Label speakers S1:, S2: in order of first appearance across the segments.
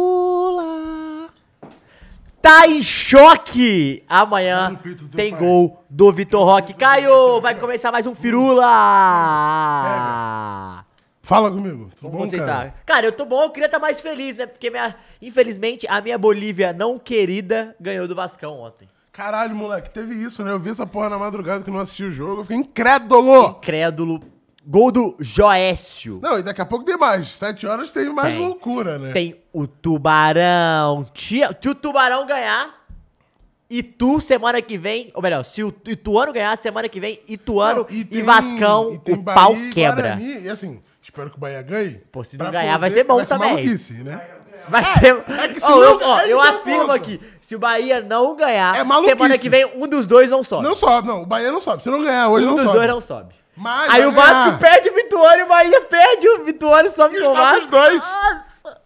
S1: Firula. Tá em choque! Amanhã tem gol do Vitor Roque. Caio, vai começar mais um Firula!
S2: Fala comigo. Tudo
S1: Como
S2: bom,
S1: você
S2: cara?
S1: tá? Cara, eu tô bom, eu queria estar mais feliz, né? Porque, minha, infelizmente, a minha Bolívia não querida ganhou do Vascão ontem.
S2: Caralho, moleque, teve isso, né? Eu vi essa porra na madrugada que não assisti o jogo. Eu fiquei incrédulo.
S1: Crédulo. Gol do Joécio.
S2: Não, e daqui a pouco tem mais. Sete horas tem mais
S1: Tem.
S2: loucura, né?
S1: Tem o Tubarão. Tia- Se o Tubarão ganhar, Itu semana que vem. Ou melhor, se o Ituano ganhar semana que vem, Ituano
S2: Não,
S1: e,
S2: tem-
S1: Vascão,
S2: e tem
S1: o
S2: Bahia
S1: pau
S2: e
S1: quebra.
S2: Guarani, E assim, espero que o Bahia ganhe.
S1: Pô, se não
S2: pra
S1: ganhar, vai ser bom também.
S2: maluquice, né?
S1: Vai ser.
S2: que se
S1: Ó, eu,
S2: não-
S1: ó,
S2: é que
S1: eu
S2: se não
S1: afirmo
S2: conta.
S1: aqui: se o Bahia não ganhar,
S2: É maluquice.
S1: semana que vem um dos dois não sobe.
S2: Não sobe, não. O Bahia não sobe. Se não ganhar hoje,
S1: um
S2: não
S1: dos
S2: sobe.
S1: dois não sobe.
S2: Mas
S1: Aí
S2: vai
S1: o Vasco
S2: ganhar.
S1: perde o Vituano e o Bahia perde o Vituano e sobe
S2: E
S1: com o
S2: sobe
S1: Vasco.
S2: os dois.
S1: Nossa!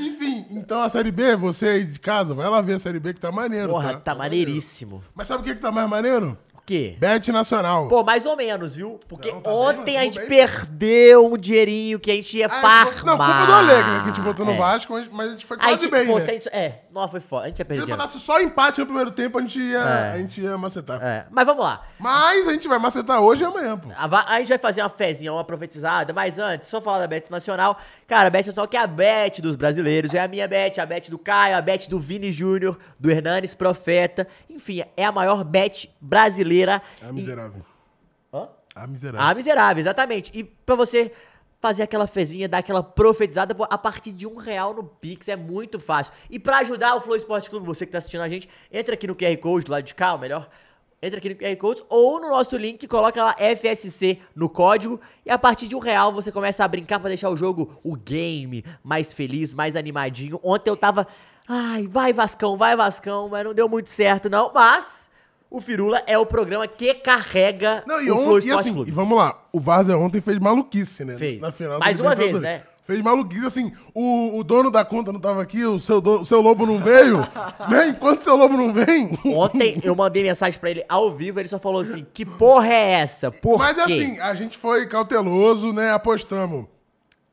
S2: Enfim, então a Série B, você aí de casa, vai lá ver a Série B que tá maneiro,
S1: Porra, tá maneiríssimo.
S2: Mas sabe o que que tá mais maneiro?
S1: O quê?
S2: Bet Nacional.
S1: Pô, mais ou menos, viu? Porque
S2: Não, tá bem,
S1: ontem
S2: tá
S1: a gente
S2: bem.
S1: perdeu um dinheirinho que a gente ia
S2: Ah,
S1: farmar.
S2: Não, culpa do Alegre, né, que a gente botou no
S1: É.
S2: Vasco, mas, mas a gente foi
S1: A
S2: quase
S1: gente,
S2: bem,
S1: tipo, pô,
S2: né?
S1: se a gente- É, não, foi foda. A gente ia
S2: Se ele
S1: perder.
S2: botasse só empate no primeiro tempo, a gente ia,
S1: É.
S2: a gente ia macetar.
S1: É, Ah, Mas vamos lá.
S2: Mas a gente vai macetar hoje e amanhã, pô.
S1: A, va- a gente vai fazer uma fezinha, uma profetizada, mas antes, só falar da Bet Nacional. Cara, a Bet Nacional que é a Bet dos brasileiros, é a minha Bet, a Bet do Caio, a Bet do Vini Júnior, do Hernanes Profeta. Enfim, é a maior Bet brasileira.
S2: A
S1: E-
S2: Ah, miserável.
S1: Hã? Ah,
S2: A miserável.
S1: A miserável, exatamente. E pra você fazer aquela fezinha, dar aquela profetizada pô, a partir de um real no Pix, é muito fácil. E pra ajudar o Flow Esporte Clube, você que tá assistindo a gente, entra aqui no QR Code do lado de cá, ou melhor, entra aqui no QR Code ou no nosso link, coloca lá FSC no código e a partir de um real você começa a brincar pra deixar o jogo, o game, mais feliz, mais animadinho. Ontem eu tava, ai, vai Vascão, vai Vascão, mas não deu muito certo não, mas... O Firula é o programa que carrega
S2: Não, e,
S1: o
S2: on-
S1: Flow
S2: e
S1: Esporte
S2: assim,
S1: Clube.
S2: e vamos lá. O Vaza ontem fez maluquice, né?
S1: Fez.
S2: Na final
S1: Mais
S2: do
S1: uma vez,
S2: Libertadores.
S1: né?
S2: Fez maluquice, assim, o, o dono da conta não tava aqui, o seu, do- o seu lobo não veio, né? Enquanto o seu lobo não vem...
S1: Ontem eu mandei mensagem pra ele ao vivo, ele só falou assim: que porra é essa? Por
S2: Mas
S1: quê?
S2: assim, a gente foi cauteloso, né? Apostamos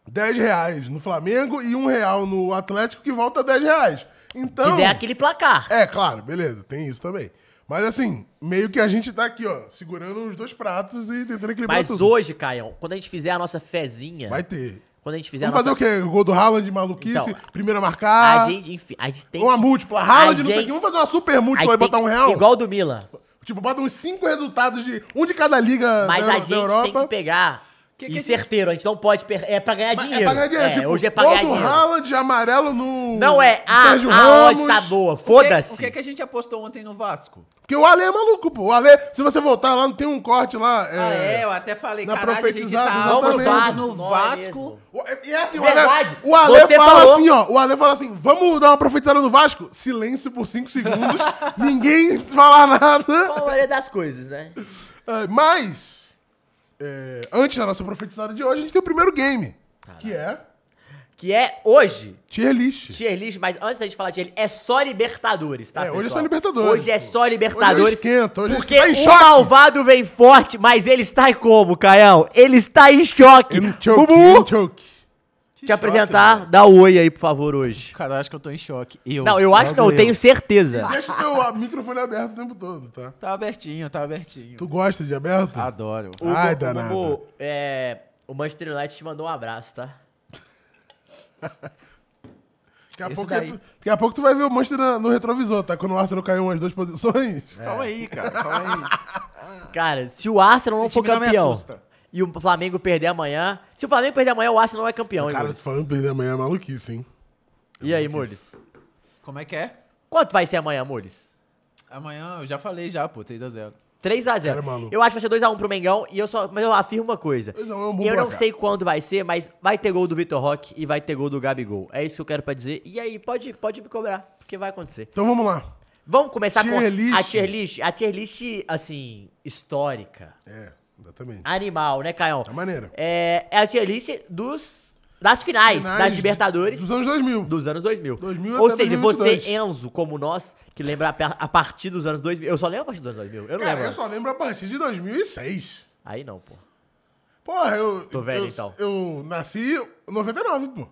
S2: 10 reais no Flamengo e um real no Atlético, que volta 10 reais. Então...
S1: se der aquele placar.
S2: É, claro, beleza, tem isso também. Mas assim, meio que a gente tá aqui, ó, segurando os dois pratos e tentando equilibrar
S1: Mas
S2: tudo.
S1: hoje, Caio, quando a gente fizer a nossa fezinha.
S2: Vai ter.
S1: Quando a gente fizer
S2: Vamos
S1: a
S2: fazer
S1: nossa.
S2: o quê? O gol do Haaland, maluquice,
S1: Então,
S2: primeiro
S1: A
S2: a marcar,
S1: gente, enfim, a gente tem.
S2: uma
S1: que-
S2: múltipla, Haaland,
S1: a
S2: não sei o
S1: gente-
S2: quê. Vamos fazer uma super
S1: a gente
S2: múltipla e
S1: tem
S2: botar
S1: que-
S2: um real?
S1: Igual do Milan.
S2: Tipo, bota uns cinco resultados de um de cada liga
S1: Mas
S2: da,
S1: a
S2: da
S1: gente tem
S2: Europa.
S1: que pegar. e certeiro, a gente não pode. Per... É pra ganhar dinheiro.
S2: É pra ganhar dinheiro, tipo,
S1: hoje é pra
S2: gol
S1: ganhar
S2: do
S1: dinheiro.
S2: Haaland, amarelo no
S1: Não é.
S2: no
S1: A,
S2: Sérgio
S1: a odd
S2: Ramos.
S1: tá boa.
S3: O que-
S1: Foda-se.
S3: O que, que a gente apostou ontem no Vasco?
S2: Porque o Ale é maluco, pô. O Ale, se você voltar lá, não tem um corte lá. É...
S3: Ah, é, eu até falei,
S2: na
S3: caralho, a gente
S2: profetizada,
S3: tá
S1: Vamos,
S2: exatamente.
S3: apostando
S1: Vasco.
S3: no
S1: não é
S3: Vasco.
S1: mesmo.
S2: O- E assim, o
S1: Verdade.
S2: Ale, o Ale
S1: Você
S2: fala
S1: falou.
S2: assim, ó. O Ale fala assim: vamos dar uma profetizada no Vasco? Silêncio por 5 segundos, ninguém falar
S1: Qual
S2: nada.
S1: a maioria das coisas, né?
S2: É, Mas, é, antes da nossa profetizada de hoje, a gente tem o primeiro game, que é
S1: Que é hoje.
S2: tier list.
S1: Tier list, mas antes da gente falar de ele, é só Libertadores, tá?
S2: É, hoje é
S1: pessoal?
S2: só Libertadores,
S1: Hoje é
S2: pô.
S1: só Libertadores.
S2: Hoje é esquenta, hoje é
S1: porque
S2: esquenta. Tá em
S1: o
S2: choque.
S1: malvado vem forte, mas ele está em como, Caião? Ele está em choque.
S2: Em choke,
S1: Bubu,
S2: em choke.
S3: Que
S1: te
S3: choque,
S1: apresentar,
S3: velho.
S1: dá o oi aí, por favor, hoje.
S3: Cara, eu acho que eu tô em choque. Eu,
S1: Não, eu acho que não, eu
S3: eu.
S1: tenho certeza.
S2: Deixa o teu ah, microfone aberto o tempo todo, tá?
S3: Tá abertinho, tá abertinho.
S2: Tu gosta de aberto?
S3: Ah, Adoro.
S1: O
S2: Ai,
S1: Bu- o
S2: danado.
S1: Bubu, é, o Manchester United te mandou um abraço, tá?
S2: Daqui a,
S3: Esse
S2: pouco, é
S3: daí.
S2: tu, daqui a pouco tu vai ver o Manchester na- no retrovisor, tá? Quando o Arsenal caiu umas duas posições.
S3: É. Calma aí, cara, calma aí.
S1: Cara, se o Arsenal não
S3: Esse
S1: for
S3: time não me
S1: campeão
S3: assusta.
S1: e o Flamengo perder amanhã... Se o Flamengo perder amanhã, o Arsenal não é campeão, hein,
S2: Cara,
S1: Mules?
S2: se falando perder amanhã é maluquice, hein?
S1: E aí, Mules?
S3: Como é que é?
S1: Quanto vai ser amanhã, Mules?
S3: Amanhã, eu já falei já, pô, 3x0.
S2: Era maluco.
S1: 3x0. Eu acho que vai ser 2x1 pro Mengão, e eu só, mas eu afirmo uma coisa.
S2: 2 a 1 é um bom
S1: eu não
S2: placar.
S1: sei quando vai ser, mas vai ter gol do Vitor Roque e vai ter gol do Gabigol. É isso que eu quero pra dizer. E aí, pode, pode me cobrar, porque vai acontecer.
S2: Então vamos lá.
S1: Vamos começar com
S2: Tier list.
S1: a tier list. A tier list, assim, histórica.
S2: É, exatamente.
S1: Animal, né, Caião?
S2: Tá maneiro.
S1: É, é a tier list dos, das finais, das
S2: Finais
S1: Libertadores.
S2: Dos anos 2000.
S1: Dos anos 2000.
S2: 2000
S1: Ou
S2: até
S1: seja,
S2: 2022.
S1: você, Enzo, como nós, que lembra a par- a partir dos anos 2000. Eu só lembro a partir dos anos 2000. Eu não
S2: Cara,
S1: lembro.
S2: eu só
S1: antes.
S2: lembro a partir de 2006.
S1: Aí não, pô.
S2: Porra, eu.
S1: Tô velho,
S2: eu,
S1: então.
S2: Eu nasci em 99, pô.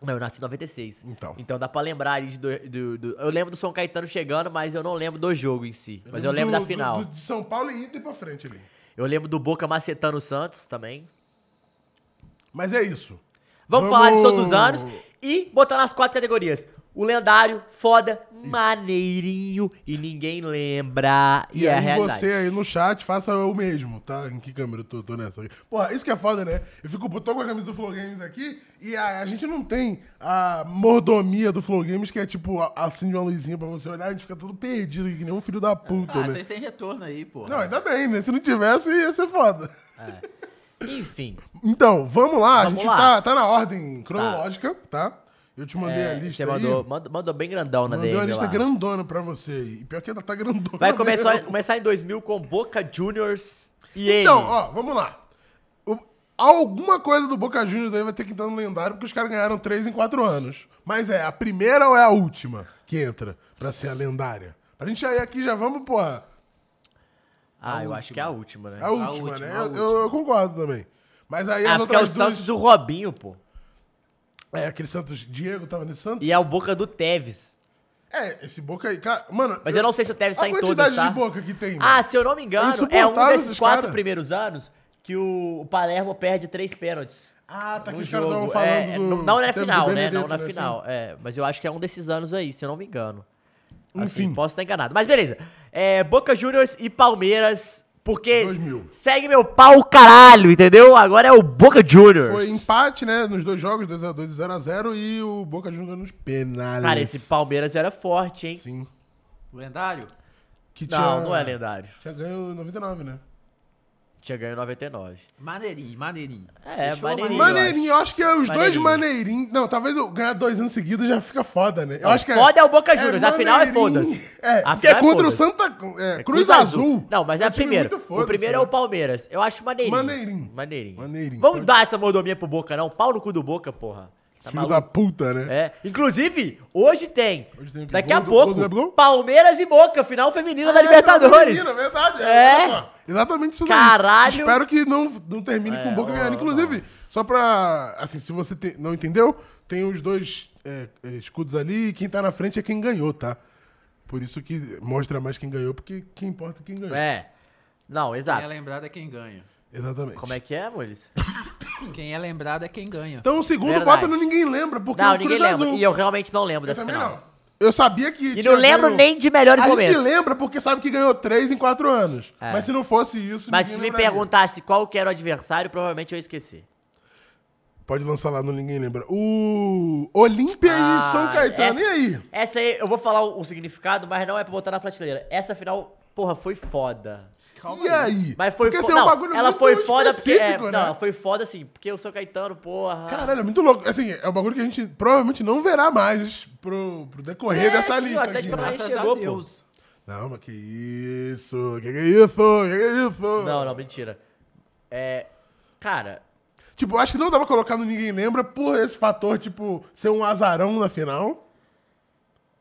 S1: Não, eu nasci em 96.
S2: Então.
S1: Então dá pra lembrar ali de do, do- do- Eu lembro do São Caetano chegando, mas eu não lembro do jogo em si. Mas eu lembro
S2: Do-
S1: da final.
S2: do- do- de São Paulo e Inter pra frente ali.
S1: Eu lembro do Boca macetando o Santos também.
S2: Mas é isso.
S1: Vamos,
S2: Vamos-
S1: falar de todos os anos e botar nas quatro categorias. O lendário, foda, maneirinho e ninguém lembra. E,
S2: E,
S1: é a
S2: aí
S1: realidade.
S2: você aí no chat faça o mesmo, tá? Em que câmera eu tô, tô nessa aqui. Porra, isso que é foda, né? Eu fico tô com a camisa do Flow Games aqui e a, a gente não tem a mordomia do Flow Games, que é tipo, a- acende uma luzinha pra você olhar, a gente fica todo perdido, que nem um filho da puta,
S3: Ah,
S2: né?
S3: vocês têm retorno aí, pô.
S2: Não, ainda bem, né? Se não tivesse, ia ser foda.
S1: Enfim,
S2: Então, vamos lá. a
S1: Vamos
S2: gente
S1: lá.
S2: Tá, tá na ordem cronológica, tá? Eu te mandei
S1: é,
S2: a lista
S1: você mandou,
S2: aí.
S1: mandou, mandou bem grandão na
S2: Mandei
S1: DM
S2: uma lista
S1: lá.
S2: grandona pra você. E pior que ainda tá grandona.
S1: Vai começar,
S2: mesmo.
S1: começar em 2000 com Boca Juniors e
S2: Então,
S1: ele.
S2: ó, vamos lá. O- alguma coisa do Boca Juniors aí vai ter que entrar no lendário, porque os caras ganharam três em quatro anos. Mas é, a primeira ou é a última que entra pra ser a lendária? Pra gente aí aqui já vamos, porra.
S1: Ah, eu acho que é a última, né?
S2: A última,
S3: última,
S2: né?
S3: a
S2: Eu-
S3: última.
S2: Eu, eu concordo também. Mas aí
S1: Ah,
S2: as
S1: porque é o
S2: outras
S1: Santos
S2: duas...
S1: do Robinho, pô.
S2: É, aquele Santos... Diego tava nesse Santos?
S1: E é o Boca do Tevez.
S2: É, esse Boca aí, cara... Mano...
S1: Mas eu não sei se o Tevez
S2: a
S1: tá em todas,
S2: quantidade
S1: tá?
S2: de Boca que tem,
S1: Ah,
S2: mano.
S1: se eu não me engano, é um
S2: insuportável
S1: desses
S2: esses
S1: quatro
S2: cara.
S1: primeiros anos que o, o Palermo perde três pênaltis.
S2: Ah, tá que
S1: no
S2: os caras estavam
S1: jogo.
S2: falando
S1: É,
S2: do...
S1: não, não na
S2: teve do
S1: final, né? Não
S2: Benedetto,
S1: na
S2: assim.
S1: final. É, mas eu acho que é um desses anos aí, se eu não me engano. Assim,
S2: Enfim.
S1: posso estar enganado. Mas beleza. É, Boca Juniors e Palmeiras, porque
S2: 2000.
S1: segue meu pau caralho, entendeu? Agora é o Boca Juniors.
S2: Foi empate, né? Nos dois jogos, 2x2 e 0x0. E o Boca Juniors ganhou nos penais.
S1: Cara, esse Palmeiras era forte, hein?
S2: Sim.
S3: Lendário?
S2: Que
S1: não, não é lendário.
S2: Tinha ganho 99, né?
S1: Tinha ganho 99.
S3: Maneirinho, maneirinho.
S1: É,
S3: Fechou,
S1: maneirinho.
S3: maneirinho.
S2: Maneirinho, eu acho que é os dois
S1: Maneirinho.
S2: maneirinhos. Não, talvez eu ganhar dois anos seguidos já fica foda, né? Eu acho que
S1: foda é o Boca Juniors, a final é
S2: maneirinho.
S1: foda-se.
S2: É,
S1: A
S2: porque
S1: final
S2: é
S1: é
S2: contra o
S1: foda-se.
S2: Santa é, Cruz,
S1: Cruz
S2: Azul.
S1: Não, mas é a
S2: um time
S1: primeira.
S2: muito
S1: O
S2: foda-se,
S1: primeiro é
S2: né?
S1: o Palmeiras. Eu acho maneirinho.
S2: Maneirinho.
S1: Maneirinho.
S2: Maneirinho.
S1: Vamos
S2: Pode-
S1: dar essa mordomia pro Boca, não? Pau no cu do Boca, porra. Tá
S2: é. Filho
S1: maluco?
S2: da puta, né?
S1: É. Inclusive, hoje tem.
S2: Hoje tem o quê?
S1: Daqui a
S2: Gol do- gol do
S1: pouco,
S2: Gabigol?
S1: Palmeiras e Boca, final feminina da
S2: Ah, é,
S1: Libertadores.
S2: menino, verdade,
S1: É.
S2: olha só. Exatamente isso daí.
S1: Caralho. É,
S2: Espero que não, não termine com o Boca
S1: ó,
S2: ganhando. Inclusive, só pra. Assim, se você te- não entendeu, tem os dois é, é, escudos ali e quem tá na frente é quem ganhou, tá? Por isso que mostra mais quem ganhou, porque que importa é quem ganhou.
S1: É. Não,
S3: Quem é
S1: exato.
S3: lembrado é quem ganha.
S2: Exatamente.
S1: Como é que é, Molis?
S3: Quem é lembrado é quem ganha.
S2: Então o segundo
S1: Verdade.
S2: bota no ninguém lembra, porque é
S1: Não,
S2: o Cruz
S1: ninguém lembra.
S2: Azul.
S1: E eu realmente não lembro
S2: Eu
S1: dessa
S2: também
S1: final.
S2: não. Eu sabia que.
S1: E
S2: tinha
S1: não lembro
S2: ganho-
S1: nem de melhores
S2: A gente
S1: momentos.
S2: lembra porque sabe que ganhou três em quatro anos.
S1: É.
S2: Mas se não fosse isso.
S1: Mas
S2: ninguém
S1: se me
S2: lembraria.
S1: perguntasse qual que era o adversário, provavelmente eu ia esquecer.
S2: Pode lançar lá no Ninguém Lembra. O Olímpia e São
S1: Ah,
S2: Caetano.
S1: essa-
S2: E aí?
S1: Essa aí, eu vou falar o o significado, mas não é pra botar na prateleira. Essa final, porra, foi foda.
S2: e aí?
S1: Mas foi
S2: Porque,
S1: foda.
S2: assim, é
S1: não,
S2: um bagulho
S1: ela
S2: muito
S1: foi foda porque. É,
S2: específico,
S1: Não,
S2: né?
S1: ela foi foda assim, porque o São Caetano, porra.
S2: Caralho, é muito louco. Assim, é um bagulho que a gente provavelmente não verá mais pro, pro decorrer
S1: É,
S2: dessa
S1: sim,
S2: lista
S1: o Atlético
S2: aqui, né?
S1: Paranaense-
S3: Graças
S1: chegou,
S3: a
S1: pô.
S3: Deus.
S2: Não, mas que isso? Que que é isso? Que que é isso?
S1: Não, não, mentira. É. Cara,
S2: Tipo, acho que não dava colocar no Ninguém Lembra por esse fator, tipo, ser um azarão na final.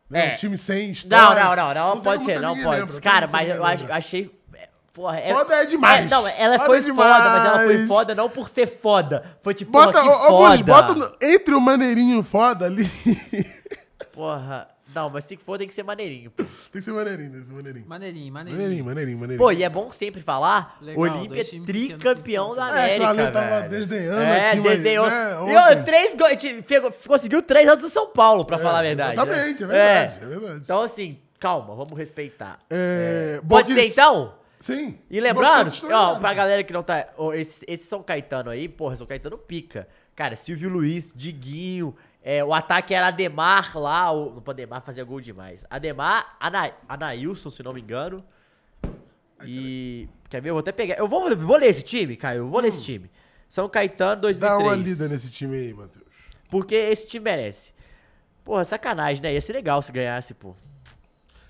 S2: Né?
S1: É.
S2: Um time sem história.
S1: não, não, não, não,
S2: tem
S1: pode
S2: como
S1: ser, não
S2: Ninguém
S1: pode.
S2: Lembra, não tem
S1: Cara,
S2: como ser
S1: mas eu
S2: Ninguém
S1: acho,
S2: Lembra.
S1: achei. é, Porra, é,
S2: Foda é demais.
S1: não, ela
S2: Foda
S1: foi
S2: é
S1: foda, mas ela foi
S2: demais.
S1: foda não por ser foda. Foi tipo, porra,
S2: Bota,
S1: que
S2: ô, ô,
S1: foda.
S2: Muniz, bota no- entre o maneirinho foda ali.
S1: Porra. Não, mas se for, tem que ser maneirinho. pô.
S2: Tem que ser maneirinho, tem que ser maneirinho.
S3: Maneirinho, maneirinho.
S2: Maneirinho, maneirinho, maneirinho.
S1: Pô, e é bom sempre falar,
S3: Legal,
S1: Olímpia
S3: dois times
S1: tricampeão da
S3: pequenos,
S2: É, que o
S1: América,
S2: Ale tava
S1: velho.
S2: desdenhando
S1: É,
S2: aqui, mas,
S1: desdenhou.
S2: né,
S1: Deu
S2: ontem.
S1: três go- te- pegou- conseguiu três antes do São Paulo, pra falar a verdade.
S2: É, exatamente,
S1: né?
S2: é verdade, é verdade.
S1: Então, assim, calma, vamos respeitar.
S2: É, bom
S1: Pode
S2: que
S1: ser,
S2: s-
S1: então?
S2: Sim.
S1: E lembrando,
S2: Bota Santos
S1: ó,
S2: treinando.
S1: pra galera que não tá... ó, esse, esse São Caetano aí, porra, São Caetano pica. Cara, Silvio Luiz, Diguinho... é, o ataque era Ademar lá, o, o Ademar fazia gol demais. Ademar, Ana, Anailson, se não me engano. E. Quer ver? Eu vou até pegar. Eu vou, vou ler esse time, Caio. Eu vou ler esse time. São Caetano 2003.
S2: Hum. Dá uma lida nesse time aí, Matheus.
S1: Porque esse time merece. Porra, sacanagem, né? Ia ser legal se ganhasse, pô.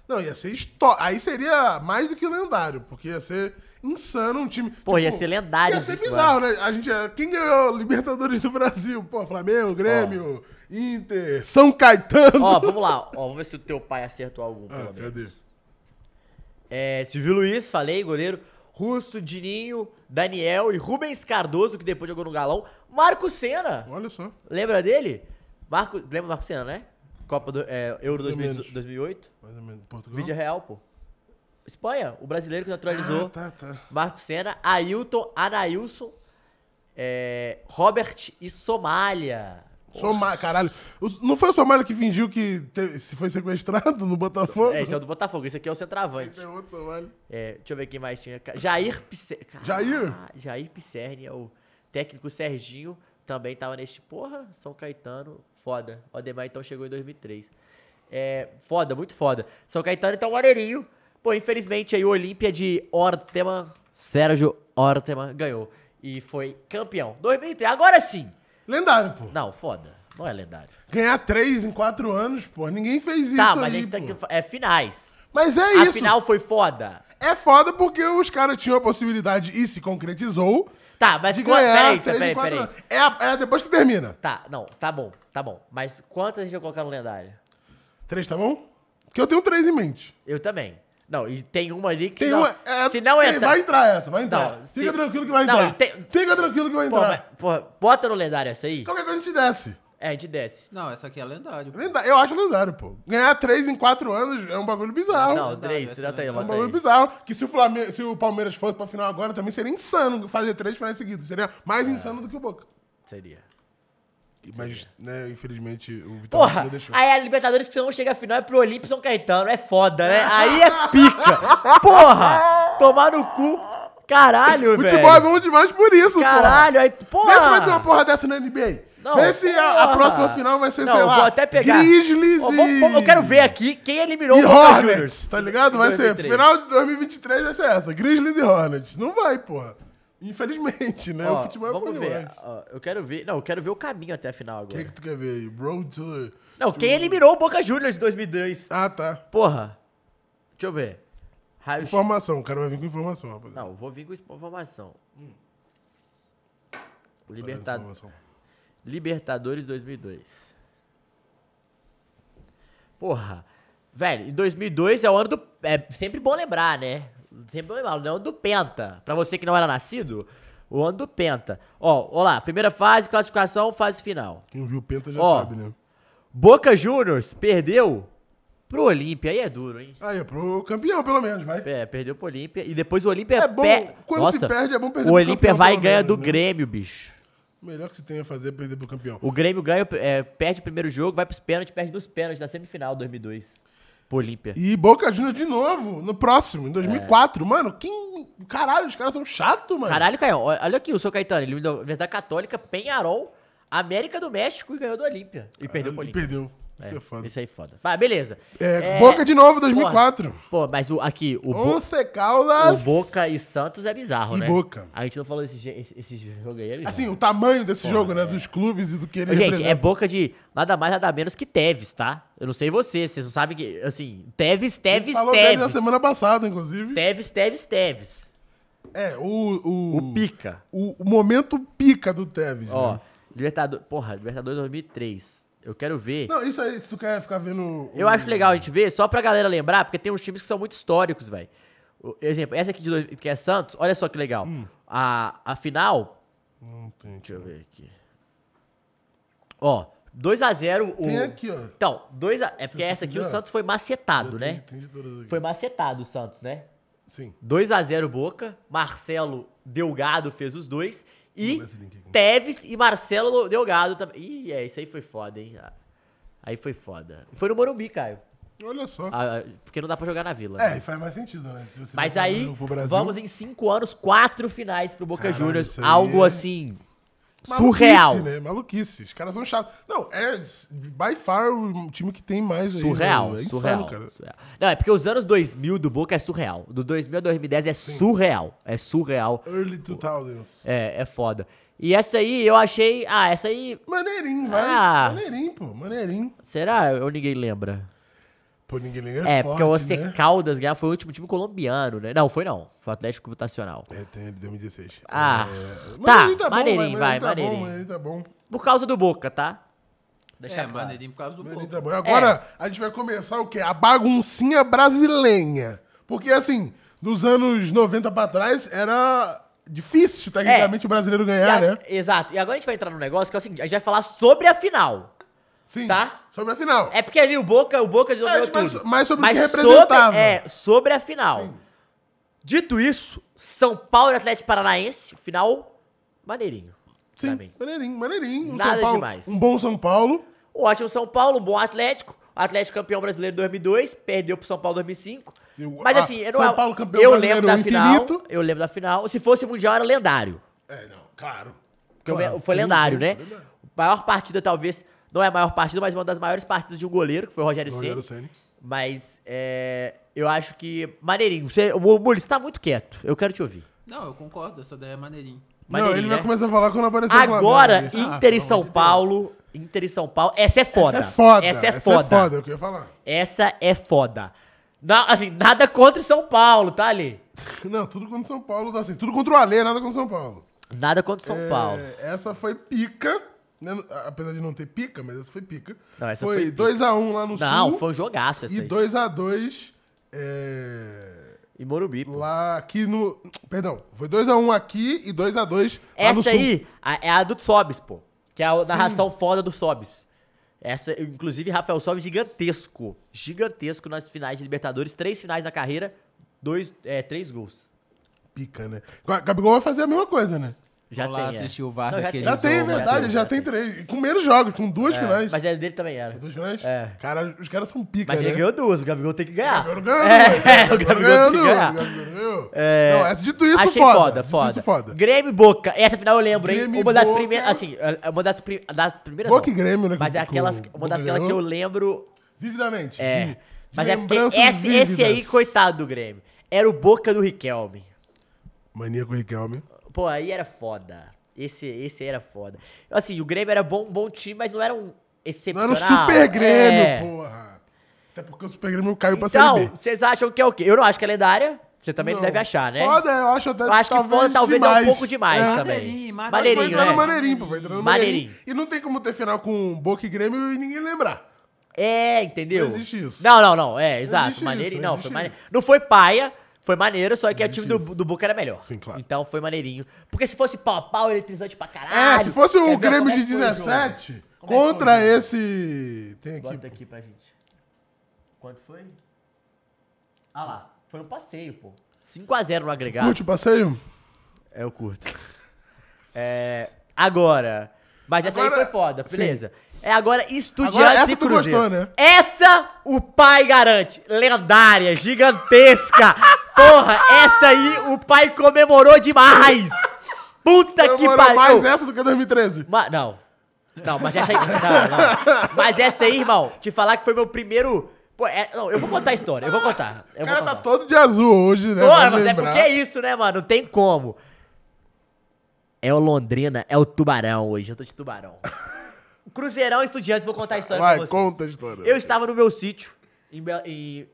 S2: Não, ia ser história. Aí seria mais do que lendário, porque ia ser insano um time.
S1: Pô, ia ser lendário
S2: Ia ser
S1: isso,
S2: bizarro, né? A gente, ia- quem ganhou o Libertadores do Brasil? Pô, Flamengo, Grêmio, Inter, São Caetano.
S1: Ó, vamos lá. Ó, vamos ver se o teu pai acertou algum, pelo
S2: ah,
S1: menos.
S2: cadê?
S1: É, Silvio Luiz, falei, goleiro. Russo, Dininho, Daniel e Rubens Cardoso, que depois jogou no Galão. Marco Senna,
S2: Olha só.
S1: lembra dele? Marco, lembra do Marco Senna, né? Copa do, é, Euro
S2: Mais ou
S1: 2000
S2: menos.
S1: 2008,
S2: Mais ou menos. Portugal.
S1: vídeo real, pô. Espanha, o brasileiro que naturalizou.
S2: ah, tá, tá.
S1: Marco Senna, Ailton, Anailson, é, Robert e Somália.
S2: Somália, caralho. Os- Não foi o Somália que fingiu que te- se foi sequestrado no Botafogo?
S1: É, esse é o do Botafogo, esse aqui é o centroavante.
S2: Esse é outro Somália.
S1: É, deixa eu ver quem mais tinha. Ca- Jair Pisserni.
S2: Jair?
S1: Jair Pisserni é o técnico Serginho. Também tava neste. Porra, São Caetano. Foda. O Ademar então chegou em 2003. É, foda, muito foda. São Caetano então maneirinho. Pô, infelizmente aí o Olímpia de Ortema, Sérgio Ortema, ganhou. E foi campeão. 2003, agora sim.
S2: Lendário, pô.
S1: Não, foda. Não é lendário.
S2: Ganhar três em quatro anos, pô. Ninguém fez isso
S1: tá, mas
S2: aí,
S1: a gente tá
S2: pô.
S1: aqui, é finais.
S2: Mas é
S1: a
S2: isso.
S1: final foi foda.
S2: É foda porque os caras tinham a possibilidade e se concretizou
S1: Tá, mas
S2: de
S1: qua-
S2: ganhar
S1: peraí,
S2: três em
S1: peraí,
S2: quatro
S1: peraí.
S2: anos. É, a- é depois que termina.
S1: Tá, não, tá bom, tá bom. Mas quantas a gente vai colocar no lendário?
S2: Três, tá bom? Porque eu tenho três em mente.
S1: Eu também. Não, e tem uma ali que
S2: Tem
S1: se não,
S2: uma, é-
S1: se não
S2: tem-
S1: entra...
S2: Vai entrar essa, vai entrar.
S1: Não, se-
S2: Fica tranquilo que vai
S1: Não,
S2: entrar.
S1: tem-
S2: Fica tranquilo que vai
S1: Pô,
S2: entrar.
S1: mas, pô, bota no lendário essa aí.
S2: Qualquer coisa a gente desce.
S1: É, a gente desce.
S3: Não, essa aqui é lendário. pô.
S2: Lenda- Eu acho lendário, pô. Ganhar três em quatro anos é um bagulho bizarro.
S1: Não, três,
S3: essa
S1: três, bota aí,
S3: é
S2: É um
S1: bota
S2: bagulho
S1: aí.
S2: bizarro. Que se o, Flamengo, se o Palmeiras fosse pra final agora, também seria insano fazer três finais seguidas. Seria
S1: É.
S2: mais insano do que o Boca.
S1: Seria.
S2: Mas, né, infelizmente, o Vitor
S1: Porra,
S2: não deixou.
S1: aí a Libertadores que você não chega à final é pro Olímpio e São Caetano. É foda, né? Aí é pica. Porra, tomar no cu. Caralho, velho.
S2: Futebol é bom demais por isso,
S1: Caralho, aí,
S2: porra.
S1: porra.
S2: Vê se vai ter uma porra dessa na NBA.
S1: Não,
S2: Vê se a, a
S1: porra.
S2: próxima final vai ser,
S1: Não,
S2: sei
S1: eu
S2: lá,
S1: vou até pegar.
S2: Grizzlies
S1: Ó,
S2: e...
S1: vamos- vamos- Eu quero ver aqui quem eliminou
S2: E
S1: o Boca
S2: Hornets,
S1: um Juniors.
S2: tá ligado? Vai ser,
S1: 2023.
S2: final de 2023 vai ser essa, Grizzlies e Hornets. Não vai, porra. Infelizmente, né,
S1: Ó,
S2: o futebol é bom
S1: vamos ver.
S2: demais.
S1: Ó, eu quero ver. Não, eu quero ver o caminho até a final
S2: O que,
S1: agora.
S2: que tu quer ver aí? Road to...
S1: Não, quem eliminou o Boca Juniors em 2002?
S2: Ah, tá. porra.
S1: Porra. Deixa eu ver. Raio
S2: Informação, o cara vai vir com informação, rapaziada.
S1: Não, vou vir com informação.
S2: Hum. Vai vir com
S1: Libertadores.
S2: informação.
S1: Libertadores 2002. Porra. Velho, em 2002 é o ano do... É sempre bom lembrar, né? Sempre bom lembrar. É o ano do Penta. Pra você que não era nascido, o ano do Penta. Ó, ó lá. Primeira fase, classificação, fase final.
S2: Quem viu o Penta já
S1: Ó.
S2: sabe, né?
S1: Boca Juniors perdeu pro Olímpia. Aí é duro, hein?
S2: Aí, é pro campeão, pelo menos, vai.
S1: É, perdeu pro Olímpia. E depois o Olímpia...
S2: É bom,
S1: pe-
S2: quando se perde, é bom perder
S1: O
S2: pro
S1: Olímpia
S2: campeão,
S1: vai e
S2: pelo
S1: ganha
S2: menos,
S1: do
S2: né?
S1: Grêmio, bicho.
S2: O melhor que você tem a fazer é perder pro campeão.
S1: O Grêmio ganha, é, perde o primeiro jogo, vai pros pênaltis, perde dos pênaltis na semifinal 2002. Pro Olímpia.
S2: E Boca Juniors de novo, no
S1: É.
S2: próximo, em 2004. Mano, que... Caralho, os caras são chatos, mano.
S1: Caralho, Caio, ó- olha aqui o seu Caetano. Ele da Universidade Católica, Penharol, América do México e ganhou do Olímpia. E perdeu pro
S2: E
S1: Olímpia.
S2: perdeu. Isso é,
S1: É,
S2: foda.
S1: Isso aí foda. Mas beleza.
S2: É, Boca de novo, 2004.
S1: Porra, pô, mas o, aqui, o, Bo-
S2: Once Caldas.
S1: o Boca e Santos é bizarro,
S2: E
S1: né?
S2: Boca.
S1: A gente não falou desse je- esse, esse jogo aí. É bizarro.
S2: Assim, o tamanho desse jogo, né? Dos clubes e do que ele
S1: é. Gente, é
S2: representa.
S1: boca de nada mais, nada menos que Tevez, tá? Eu não sei vocês, vocês não sabem que. Assim, Tevez, Tevez,
S2: Falou dele na
S1: Tevez.
S2: semana passada, inclusive.
S1: Tevez, Tevez, Tevez.
S2: É, o... O,
S1: O pica.
S2: o- o momento pica do Tevez,
S1: Ó,
S2: né?
S1: Libertadores. Porra, Libertadores 2003. Eu quero ver.
S2: Não, isso aí, se tu quer ficar vendo... o-
S1: Eu acho legal a gente ver, só pra galera lembrar, porque tem uns times que são muito históricos, velho. O- Exemplo, essa aqui de dois, que é Santos, olha só que legal.
S2: Hum.
S1: A, a final.
S2: Não tem.
S1: Deixa eu ver aqui. Ó, 2x0. O...
S2: Tem aqui, ó.
S1: Então, 2 a... é porque essa aqui o
S2: quiser.
S1: Santos foi macetado, né?
S2: Tem de todas aqui.
S1: Foi macetado o Santos, né?
S2: Sim.
S1: 2x0 Boca, Marcelo Delgado fez os dois. E
S2: ver esse link aqui.
S1: Tevez e Marcelo Delgado também. Ih, é, isso aí foi foda, hein? Ah, Aí foi foda. Foi no Morumbi, Caio.
S2: Olha só.
S1: Ah, porque não dá pra jogar na Vila.
S2: É,
S1: né?
S2: e faz mais sentido, né? Se você
S1: Mas
S2: vai
S1: aí,
S2: pro Brasil-
S1: vamos em cinco anos, quatro finais pro Boca
S2: Caralho,
S1: Juniors.
S2: isso aí
S1: Algo
S2: é-
S1: assim. Surreal.
S2: Maluquice, né? Maluquice. Os caras são chatos. Não, é by far o time que tem mais aí.
S1: Surreal,
S2: né? É insano,
S1: surreal,
S2: cara.
S1: surreal. Não, é porque os anos 2000 do Boca é surreal. Do 2000 a 2010 é surreal. É surreal.
S2: Early 2000s.
S1: É, é foda. E essa aí eu achei. Ah, essa aí.
S2: Maneirinho, vai.
S1: Ah.
S2: Maneirinho, pô. Maneirinho.
S1: Será? Eu ninguém lembra.
S2: Pô, ninguém liga
S1: É, porque o
S2: forte,
S1: OC
S2: né?
S1: Caldas ganhar foi o último time colombiano, né? Não, foi não. Foi o Atlético Nacional.
S2: É, tem ele 2016.
S1: Ah,
S2: É,
S1: tá.
S2: Maneirinho bom,
S1: Maneirinho, vai,
S2: tá bom,
S1: Maneirinho.
S2: Maneirinho tá bom.
S1: Por causa do Boca, tá? Deixa
S3: É,
S1: claro.
S3: maneirinho por causa do
S2: Maneirinho
S3: povo.
S2: tá bom. E
S1: É.
S2: Agora a gente vai começar o quê? A baguncinha brasileira. Porque, assim, dos anos 90 pra trás, era difícil, tecnicamente, o
S1: É.
S2: brasileiro
S1: E
S2: ganhar,
S1: a-
S2: né?
S1: Exato. E agora a gente vai entrar num negócio que é o seguinte: a gente vai falar sobre a final.
S2: Sim.
S1: Tá.
S2: Sobre a final.
S1: É porque ali o Boca, o Boca
S2: É,
S1: jogou
S2: mas-
S1: tudo.
S2: mas sobre o que representava.
S1: sobre- é, sobre a final. Dito isso, São Paulo e Atlético Paranaense, final maneirinho. Pra
S2: Sim,
S1: mim.
S2: maneirinho, maneirinho. Um
S1: Tá Nada
S2: São Paulo,
S1: demais.
S2: Um bom São Paulo.
S1: Um ótimo São Paulo, um bom Atlético. O Atlético campeão brasileiro em 2002, perdeu pro São Paulo em 2005.
S2: E o-
S1: Mas
S2: a-
S1: assim, eu, não,
S2: ah, São Paulo campeão
S1: eu
S2: brasileiro
S1: lembro da
S2: infinito.
S1: final. Eu lembro da final. Se fosse mundial, era lendário.
S2: É, não, claro.
S1: Porque
S2: Claro,
S1: foi
S2: sim,
S1: lendário,
S2: sim, é
S1: né?
S2: foi lendário.
S1: Maior partida, talvez. Não é a maior partida, mas uma das maiores partidas de um goleiro, que foi o Rogério,
S2: Rogério
S1: Ceni.
S2: Ceni.
S1: Mas é, eu acho que. Maneirinho. Você, o Mules tá muito quieto. Eu quero te ouvir.
S3: Não, eu concordo, essa daí é maneirinho.
S2: Não,
S1: Maneirinho,
S2: ele
S1: né?
S2: vai começar a falar quando aparecer o Flamengo,
S1: Agora,
S2: né?
S1: Inter e São Paulo. Inter e São Paulo. Essa é foda.
S2: Essa é foda.
S1: Essa é foda.
S2: é foda, é o que eu ia falar.
S1: Essa é foda. Na- assim, nada contra o São Paulo, tá ali?
S2: Não, tudo contra o São Paulo, tá assim. Tudo contra o Alê, nada contra o São Paulo.
S1: Nada contra o São
S2: É,
S1: Paulo.
S2: Essa foi pica. né? Apesar de não ter pica, mas essa foi pica.
S1: Não, essa foi
S2: foi
S1: pica.
S2: 2x1 lá no
S1: Não,
S2: Sul.
S1: foi um jogaço essa
S2: E
S1: aí.
S2: 2x2 é,
S1: E Morumbi. pô.
S2: lá aqui no... Perdão, foi 2x1 aqui e 2x2 lá no
S1: Essa
S2: Sul.
S1: aí a- é a do Sobis, pô. Que é a narração foda do Sobis. Essa, inclusive, Rafael Sobis gigantesco. Gigantesco nas finais de Libertadores. Três finais na carreira, dois, é, três gols.
S2: Pica, né? Ga- Gabigol vai fazer a mesma coisa, né?
S1: Já
S3: Vou
S1: tem.
S3: lá
S1: é.
S3: assistir o VAR
S1: Não, já
S3: daquele
S2: Já
S3: Eles
S2: tem, é
S3: vão,
S2: verdade,
S1: tem,
S2: já tem três. E Com menos jogos, com duas finais.
S1: Mas assim. é dele também era.
S2: Duas finais?
S1: É.
S2: Cara, os caras são pica,
S1: Mas é
S2: né?
S1: ele ganhou duas, o Gabigol tem que ganhar.
S2: Gabigol ganhou,
S1: É,
S2: né?
S1: o Gabigol tem que ganhar.
S2: Gabigol ganhou.
S1: É.
S2: Não, essa dito isso,
S1: Achei
S2: foda.
S1: foda,
S2: dito
S1: foda.
S2: Isso, foda.
S1: Grêmio e Boca. Essa final eu lembro, hein?
S2: Grêmio e
S1: Uma das
S2: Boca.
S1: primeiras. Assim, é uma das, prim- das primeiras.
S2: Boca
S1: não.
S2: e Grêmio, né, que
S1: Mas é
S2: o-
S1: aquelas.
S2: que o
S1: Uma
S2: Boca
S1: das aquelas que
S2: ganhou.
S1: eu lembro.
S2: Vividamente.
S1: É.
S2: de- de
S1: mas é porque
S2: lembranças
S1: esse, esse aí,
S2: vívidas.
S1: coitado do Grêmio. Era o Boca do Riquelme.
S2: Maníaco Riquelme.
S1: Pô, aí era foda. Esse, esse aí era foda. Assim, o Grêmio era bom, um bom time, mas não era um
S2: Não
S1: excepcional.
S2: era o Super Grêmio,
S1: É.
S2: porra. Até porque o Super Grêmio caiu pra Série
S1: Então,
S2: B.
S1: vocês acham que é o quê? Eu não acho que é lendária. Você também não
S2: Não,
S1: deve achar, né?
S2: Foda, eu acho até
S1: Eu acho que foda talvez é um pouco demais
S2: É.
S1: também.
S3: Maneirinho, maneirinho.
S2: Mas foi
S1: Maneirinho,
S2: entrando
S1: né?
S2: maneirinho, pô. Foi entrando
S1: Maneirinho.
S2: maneirinho. E não tem como ter final com Boca e Grêmio e ninguém lembrar.
S1: É, entendeu?
S2: Não existe isso.
S1: Não, não, não. É, exato.
S2: existe
S1: maneirinho.
S2: isso,
S1: não,
S2: não
S1: foi
S2: existe
S1: maneiro. Não foi paia, foi maneiro, só que o time
S2: existe
S1: do,
S2: isso.
S1: do Boca era melhor.
S2: Sim, claro.
S1: Então foi maneirinho. Porque se fosse pau a pau, eletrizante pra caralho.
S2: É, se fosse o
S1: entendeu?
S2: Grêmio
S1: Ah, Como é
S2: de
S1: que foi o jogo?
S2: 17
S1: Como é que foi o
S2: contra
S1: jogo?
S2: esse. Tem aqui.
S1: Bota aqui pra gente. Quanto foi? Ah lá, foi um passeio, pô. 5x0 no agregado.
S2: Curte o passeio?
S1: É, eu curto. É, agora. Mas essa aí
S2: Agora-
S1: foi foda, beleza. É agora Estudiantes
S2: Agora essa
S1: e
S2: tu
S1: Cruzeiro.
S2: gostou, né?
S1: Essa o pai garante. Lendária, gigantesca. Porra, essa aí o pai comemorou demais. Puta que
S2: Demorou
S1: pariu.
S2: mais essa do que 2013.
S1: Ma- não. Não, mas essa aí. Não, não. Mas essa aí, irmão, te falar que foi meu primeiro. Pô, é- não, eu vou contar a história, eu vou contar. Eu vou
S2: O cara tá
S1: contar.
S2: todo de azul hoje, né?
S1: Tô,
S2: Vamos
S1: mas é
S2: lembrar.
S1: porque é isso, né, mano? Não tem como. É o Londrina, é o Tubarão hoje. Eu tô de Tubarão. Cruzeirão e Estudiantes, vou contar a história pra
S2: Vai,
S1: né, vocês.
S2: conta a história.
S1: Eu estava no meu sítio, em, Bel- em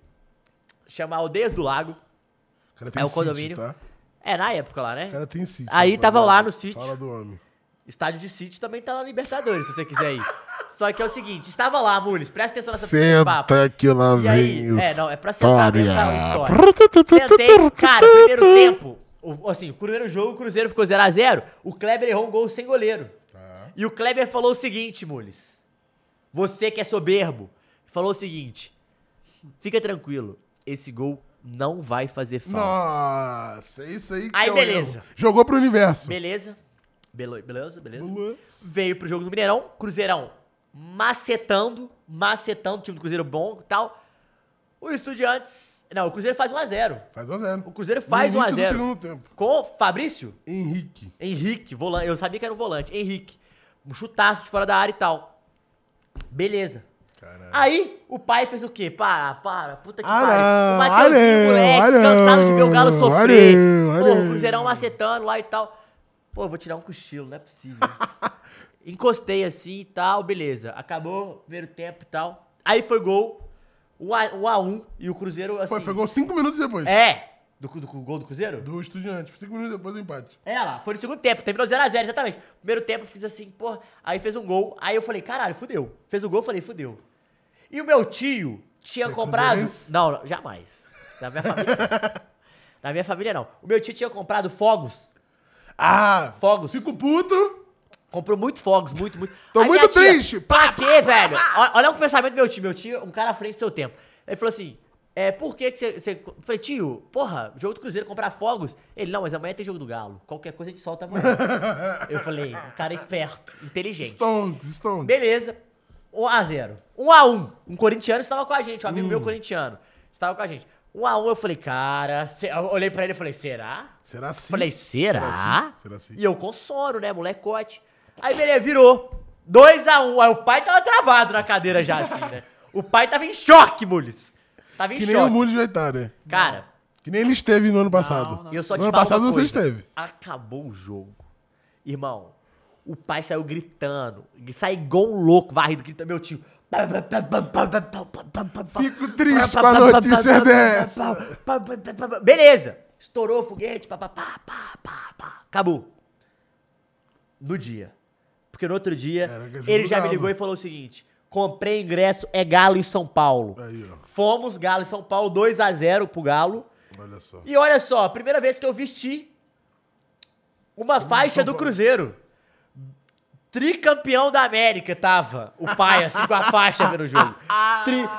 S1: chamar Aldeias do Lago.
S2: O cara tem
S1: é o
S2: sítio,
S1: condomínio.
S2: tá?
S1: É na época lá, né?
S2: O cara tem sítio.
S1: Aí
S2: né?
S1: tava lá no
S2: Fala
S1: sítio.
S2: do homem.
S1: Estádio de sítio também tá na Libertadores, se você quiser ir. Só que é o seguinte, estava lá, Mules, presta atenção nessa nesse papo.
S2: Senta que lá
S1: E aí,
S2: vem o
S1: é, não, é pra sentar mesmo pra
S2: história.
S1: história. Sentei, cara, primeiro tempo, o- assim, o primeiro jogo, o Cruzeiro ficou 0x0, o Kleber errou um gol sem goleiro. E o Kleber falou o seguinte, Mules, você que é soberbo, falou o seguinte, fica tranquilo, esse gol não vai fazer falta.
S2: Nossa, isso aí que
S1: Aí,
S2: é o
S1: beleza.
S2: erro. Jogou pro universo.
S1: Beleza? Belo- Beleza, beleza?
S2: Beleza.
S1: Veio pro jogo do Mineirão, Cruzeirão macetando, macetando, time do Cruzeiro bom e tal. O Estudiantes. Não, o Cruzeiro faz 1x0.
S2: Faz 1 a 0
S1: O Cruzeiro faz
S2: No
S1: 1x0.
S2: início do segundo tempo.
S1: Com Fabrício?
S2: Henrique.
S1: Henrique, volante. Eu sabia que era um volante. Henrique. Um chutaço de fora da área e tal. Beleza. Ah,
S2: Caralho.
S1: Aí, o pai fez o quê? Para, para, puta que
S2: Ah,
S1: pariu.
S2: não,
S1: O Matheusinho,
S2: ah, não,
S1: moleque,
S2: ah, não,
S1: cansado de ver o Galo
S2: ah,
S1: sofrer.
S2: não, ah,
S1: Pô, o
S2: não.
S1: Cruzeirão macetando lá e tal. Pô, eu vou tirar um cochilo, não é possível. Encostei assim e tal, beleza. Acabou o primeiro tempo e tal. Aí foi gol, 1x1, e o Cruzeiro, assim...
S2: Foi, foi gol 5 minutos depois.
S1: É, do, do, do gol do Cruzeiro?
S2: Do Estudiantes. 5 minutos depois do empate.
S1: É lá, foi no segundo tempo, terminou 0x0, exatamente. Primeiro tempo eu fiz assim, porra, aí fez um gol, aí eu falei, caralho, fudeu. Fez o gol, eu falei, fudeu. E o meu tio tinha comprado.
S2: cruzeirense?
S1: Não, não, jamais. Na minha família. não. Na minha família não. O meu tio tinha comprado fogos.
S2: Ah!
S1: Fogos.
S2: Fico puto.
S1: Comprou muitos fogos, muito, muito.
S2: Tô
S1: Aí minha
S2: muito
S1: tia,
S2: triste.
S1: Pra quê, velho? Olha- Olha o pensamento do meu tio. Meu tio, um cara à frente do seu tempo. Ele falou assim: é, por que que você- você. Eu Falei, tio, porra, jogo do Cruzeiro comprar fogos? Ele, não, mas amanhã tem jogo do Galo. Qualquer coisa a gente solta amanhã. Eu falei, o cara é esperto, inteligente.
S2: Stones, Stones.
S1: Beleza. 1x0. 1x1. Um corintiano estava com a gente, um amigo
S2: Hum.
S1: meu corintiano. Estava com a gente. 1x1, eu falei, cara. se- Eu olhei pra ele e falei, será?
S2: Será assim?
S1: Falei, será?
S2: Será sim? Será assim? sim?
S1: E eu com sono, né, molecote. Aí, beleza, virou. 2x1. Aí o pai tava travado na cadeira já, assim, né? O pai tava em choque, Mules. Tava em
S2: Que nem
S1: choque.
S2: o Mules vai estar, né?
S1: Cara,
S2: Que nem ele esteve no ano passado.
S1: eu só
S2: no
S1: te
S2: ano
S1: falo
S2: passado
S1: uma
S2: você
S1: coisa.
S2: esteve.
S1: Acabou o jogo. Irmão, o pai saiu gritando. Ele saiu igual um louco, varrido, gritando, meu tio.
S2: Fico triste com a notícia dessa.
S1: Beleza. Estourou o foguete, pá, pá, pá, pá, pá, pá. Acabou. No dia. Porque no outro dia,
S2: Era que
S1: ele já me
S2: jogava.
S1: ligou e falou o seguinte. Comprei ingresso, é Galo e São Paulo.
S2: Aí, ó.
S1: Fomos Galo e São Paulo, 2 a 0 pro Galo.
S2: Olha só.
S1: E olha só, primeira vez que eu vesti uma faixa do Cruzeiro. Tricampeão da América tava o pai, assim, com a faixa vendo o jogo. Tri...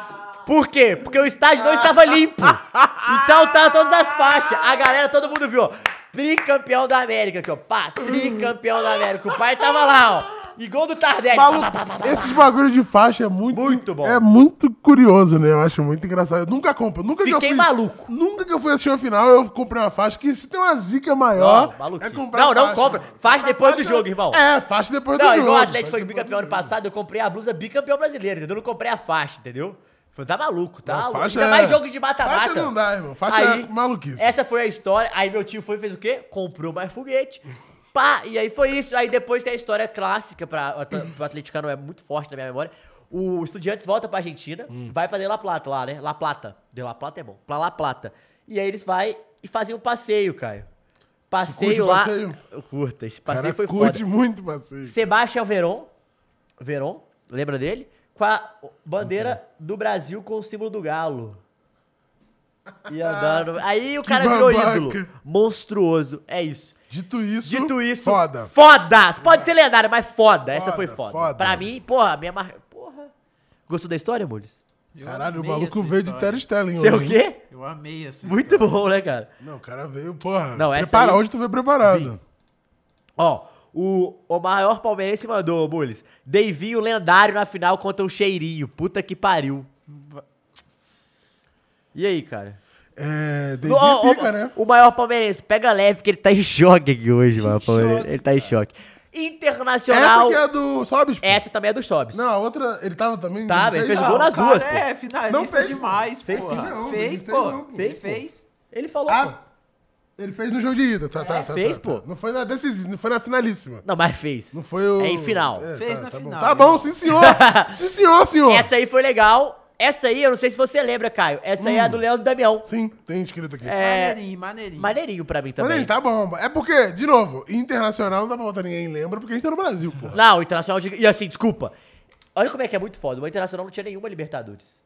S1: Por quê? Porque o estádio não estava limpo. Então tava todas as faixas. A galera, todo mundo viu, ó. Tricampeão da América aqui, ó. Pá, tricampeão da América. O pai tava lá, ó. E gol do Tardelli. tá Pá, pá, pá, pá,
S2: Maluco,
S1: pá.
S2: esses bagulhos de faixa é muito,
S1: Muito bom.
S2: É muito curioso, né? Eu acho muito engraçado. Eu nunca compro. Nunca que eu
S1: Fiquei
S2: fui,
S1: maluco.
S2: Nunca que eu fui assistir uma final, eu comprei uma faixa que se tem uma zica maior.
S1: Não, maluquice.
S2: é comprar
S1: Não, não compra. Faixa depois do jogo, irmão.
S2: É, faixa depois do
S1: Não,
S2: jogo.
S1: igual o Atlético foi
S2: Faixa depois
S1: bicampeão
S2: do
S1: ano passado, eu comprei a blusa bicampeão brasileiro, entendeu? Eu não comprei a faixa, entendeu? Foi, tá maluco, tá?
S2: Não,
S1: maluco.
S2: faixa
S1: Ainda
S2: é-
S1: mais jogo de mata-mata.
S2: faixa não dá, irmão. Faixa é maluquice.
S1: Essa foi a história. Aí meu tio foi e fez o quê? Comprou mais foguete. Pá, e aí foi isso. Aí depois tem a história clássica, pra, o atleticano é muito forte na minha memória. O Estudiantes volta pra Argentina,
S2: Hum.
S1: vai pra De La Plata lá, né? La Plata. De La Plata é bom. Pra La Plata. E aí eles vai e fazem um passeio, Caio.
S2: curte
S1: Passeio lá.
S2: passeio?
S1: Eu Curta, esse
S2: Cara,
S1: passeio foi
S2: curte
S1: foda.
S2: muito passeio.
S1: Sebastião Veron, Veron, lembra dele? Com a bandeira do Brasil com o símbolo do galo. E andando. Aí o cara virou
S2: babaca.
S1: ídolo. Monstruoso. É isso.
S2: Dito isso,
S1: Dito isso.
S2: foda.
S1: Foda! Pode ser lendário, mas foda. Essa
S2: Foda,
S1: foi foda.
S2: foda.
S1: Pra mim, porra, minha marca. Porra. Gostou da história, Mules?
S3: Eu
S2: Caralho, o
S3: amei
S2: maluco
S3: essa
S2: veio de
S3: história.
S2: Terry Stelling.
S1: Você é o
S2: hoje.
S1: quê?
S3: Eu amei essa
S1: Muito bom, né, cara?
S2: Não, o cara veio, porra.
S1: Não, essa
S2: Prepara,
S1: aí-
S2: hoje tu veio preparado.
S1: Vim. Ó, o, o maior palmeirense mandou, Mules. Deivinho lendário na final contra o Cheirinho. Puta que pariu. E aí, cara?
S2: É, David
S1: Ó, ó,
S2: pica, né?
S1: O maior palmeirense. Pega leve, que ele tá em choque aqui hoje, mano. palmeirense.
S2: choque,
S1: ele tá em choque.
S2: Essa
S1: Internacional.
S2: aqui
S1: Essa,
S2: é do Sobis. pô.
S1: também é dos Sobs.
S2: Não, a outra, ele tava também.
S1: Tá,
S2: não
S1: ele
S2: sei.
S1: fez
S3: Ah,
S1: gol
S3: o
S1: nas
S3: cara
S1: duas, pô.
S3: É, finalista
S2: Não fez, pô.
S3: demais,
S1: Fez
S3: pô.
S1: sim,
S2: não,
S3: fez,
S2: não
S3: pô.
S2: fez não, pô.
S1: Fez,
S3: Fez,
S1: pô.
S3: fez.
S1: Ele falou, pô.
S2: Ah, ele fez no jogo de ida, tá, tá,
S1: É,
S2: tá.
S1: fez,
S2: tá,
S1: pô.
S2: tá. Não foi na decisiva, não foi na finalíssima.
S1: Não, mas fez.
S2: Não foi o.
S1: É em final.
S2: É,
S3: Fez
S2: tá,
S3: na
S2: tá
S3: final, né?
S2: Bom. Tá
S3: irmão.
S2: bom, sim senhor. sim senhor, senhor.
S1: Essa aí foi legal. Essa aí, eu não sei se você lembra, Caio. Essa
S2: Hum.
S1: aí é a do Leandro Damião.
S2: Sim, tem escrito aqui.
S1: É.
S3: Maneirinho, maneirinho.
S1: Maneirinho pra mim
S2: Mas
S1: também.
S2: nem, tá bom. É porque, de novo, internacional não dá pra botar ninguém lembra, porque a gente tá no Brasil, pô.
S1: Não, o Internacional. de- E assim, desculpa. Olha como é que é muito foda. O Internacional não tinha nenhuma Libertadores.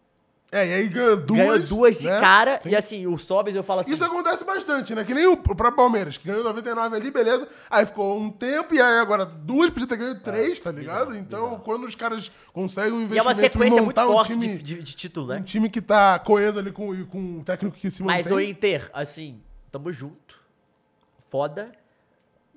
S2: É, e aí ganha duas.
S1: Ganhou duas de
S2: né?
S1: cara.
S2: Sim.
S1: E assim, o Sobes eu falo assim.
S2: Isso acontece bastante, né? Que nem o próprio Palmeiras, que ganhou 99 ali, beleza. Aí ficou um tempo e aí agora duas, podia ter ganho três, tá ligado? Então, quando os caras conseguem um investimento
S1: e é uma sequência
S2: e
S1: muito
S2: montar
S1: forte
S2: um
S1: de-
S2: time,
S1: de, de título, né?
S2: um time que tá coeso ali com, e com um técnico que se mantém.
S1: Mas o Inter, assim, tamo junto. Foda.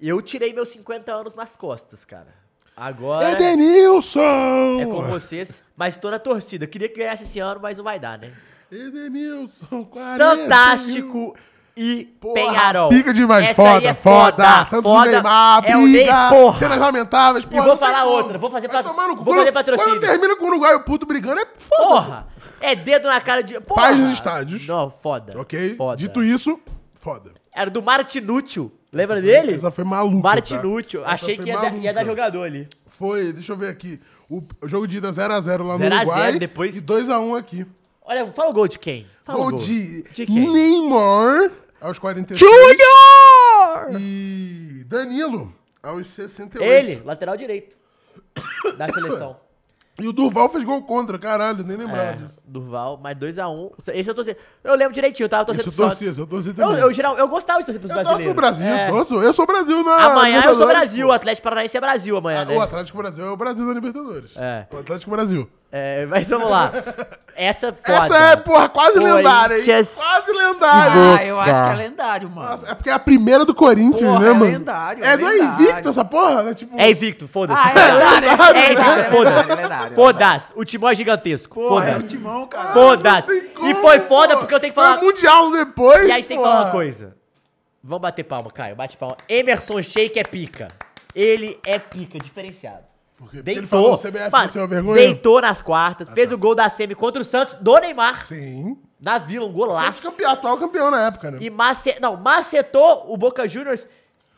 S1: Eu tirei meus 50 anos nas costas, cara. Agora
S2: Edenilson!
S1: é com vocês, mas tô na torcida. Queria que ganhasse esse ano, mas não vai dar, né?
S2: Edenilson, 40 mil.
S1: Fantástico e Penharol.
S2: um. Pica demais,
S1: Essa aí
S2: foda,
S1: é
S2: foda, Santos e Neymar,
S1: é
S2: briga.
S1: o Ney, porra.
S2: Cenas lamentáveis, porra.
S1: vou
S2: não tem
S1: falar
S2: como.
S1: outra, vou fazer
S2: Vai
S1: pra-
S2: tomar no cu.
S1: vou
S2: Quando-
S1: fazer patrocínio.
S2: Quando termina com o uruguaio puto brigando, é foda.
S1: Porra! É dedo na cara de. Porra.
S2: Paz nos estádios.
S1: Não, foda.
S2: Ok?
S1: Foda.
S2: Dito isso, foda.
S1: Era do Martinútil. Lembra dele?
S2: Essa foi maluca, tá?
S1: Martinútil.
S2: Essa
S1: Achei
S2: foi
S1: que ia dar, ia
S2: maluca.
S1: dar jogador ali.
S2: Foi, deixa eu ver aqui. O o jogo de ida 0x0 lá no
S1: 0 a 0,
S2: Uruguai.
S1: depois-
S2: E 2x1 aqui.
S1: Olha, fala o gol de quem? Fala o
S2: Gol de,
S1: De quem?
S2: Neymar aos 46.
S1: Júnior!
S2: E Danilo aos 68.
S1: Ele, lateral direito. Da seleção.
S2: E o Durval fez gol contra, caralho, nem lembrava
S1: É,
S2: disso.
S1: Durval, mais 2x1. Esse eu torci. Eu lembro direitinho, eu tava torcendo
S2: Esse eu
S1: pro Santos.
S2: torci, esse eu torci
S1: Eu,
S2: também.
S1: eu, geral, eu gostava de torcer pros
S2: Eu torço
S1: brasileiros.
S2: pro Brasil,
S1: É.
S2: torço. Eu sou Brasil na.
S1: Amanhã eu sou
S2: Libertadores,
S1: Brasil, o
S2: pô.
S1: Atlético Paranaense é Brasil amanhã, né?
S2: O Atlético Brasil é o Brasil da Libertadores.
S1: É.
S2: O Atlético Brasil.
S1: É, mas vamos lá. Essa foda.
S2: Essa é, porra, quase lendária, hein?
S1: Corinthians. é
S2: Quase lendária.
S3: Ah, eu acho que é lendário, mano.
S2: Nossa, é porque é a primeira do Corinthians,
S3: Porra,
S2: né,
S3: é
S2: mano?
S3: lendário,
S2: É,
S3: é
S2: não é
S3: lendário.
S2: invicto essa porra? né? tipo,
S1: É invicto, foda-se.
S3: Ah, é
S1: É
S3: lendário, é lendário,
S1: invicto,
S3: é lendário, é
S1: foda-se.
S3: lendário.
S1: Foda-se. O Timão é gigantesco.
S3: Porra, é o
S1: Foda-se.
S3: Timão, cara.
S1: Foda-se.
S2: não tem
S1: E
S2: como,
S1: foi foda
S2: pô.
S1: porque eu tenho que
S2: Foi
S1: falar.
S2: mundial depois.
S1: E a gente tem que
S2: porra.
S1: falar uma coisa. Vamos bater palma, Caio. Bate palma. Emerson Sheik é pica. Ele é pica, diferenciado.
S2: Porque ele falou
S1: Deitou.
S2: no CBF,
S1: Mano,
S2: isso é uma vergonha? Ah, tá.
S1: deitou nas quartas, fez o gol da semi contra o Santos do Neymar.
S2: Sim.
S1: Na vila, um
S2: Santos
S1: golaço.
S2: campeão, atual campeão na época, né?
S1: E mace... não, macetou o Boca Juniors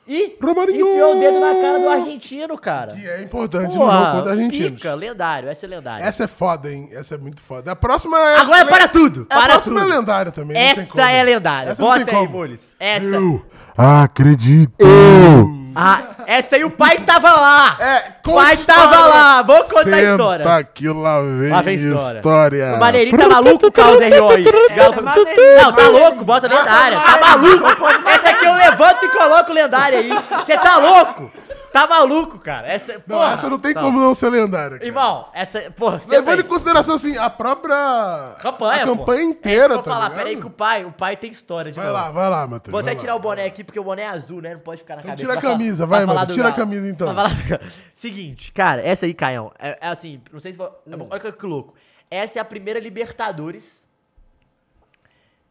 S1: e
S2: Romarinho!
S1: enfiou o dedo na cara do argentino, cara.
S2: Que é importante no
S1: Porra,
S2: jogo contra argentinos.
S1: Pica, lendário, essa é lendária.
S2: Essa é foda, hein? Essa é muito foda. A próxima é.
S1: Agora é para tudo!
S2: a
S1: Para
S2: próxima
S1: tudo!
S2: é lendária também. não tem
S1: Essa
S2: como.
S1: é lendária.
S2: Essa não
S1: Bota
S2: tem
S1: aí,
S2: como.
S1: Mules. Essa.
S2: Eu acredito.
S1: Ah, essa aí o pai tava lá!
S2: É,
S1: o pai tava lá! Vamos contar a história!
S2: Senta que lá vem,
S1: Lá vem história.
S2: história.
S1: O maneirinho tá maluco, o Carlos R.O. aí. Galo-
S3: é maneirinho,
S1: Não, tá
S3: maneirinho.
S1: louco, bota lendária. Tá maluco. Essa aqui eu levanto e coloco lendária aí. Você tá louco. Tá maluco, cara. Essa,
S2: Não,
S1: porra. Tá.
S2: essa não tem como não ser lendária. cara.
S1: Irmão, essa, porra, você
S2: Levando em consideração, assim, a própria...
S1: Campanha,
S2: A
S1: pô.
S2: campanha
S1: Eu
S2: inteira, tá
S1: vou falar,
S2: ligado?
S1: peraí que o pai, o pai tem história de
S2: Vai
S1: novo.
S2: lá, vai lá, Matheus.
S1: Vou
S2: vai
S1: até
S2: lá. Então
S1: tirar o boné aqui, porque o boné é azul, né? Não pode ficar na cabeça.
S2: tira a
S1: Vai falar-
S2: camisa, vai,
S1: falar
S2: mano,
S1: do
S2: tira a
S1: Galo.
S2: camisa, então.
S1: Vai falar do- Seguinte, cara, essa aí, Caião, é, é assim, não sei se... vou- é bom, Olha que- que louco. Essa é a primeira Libertadores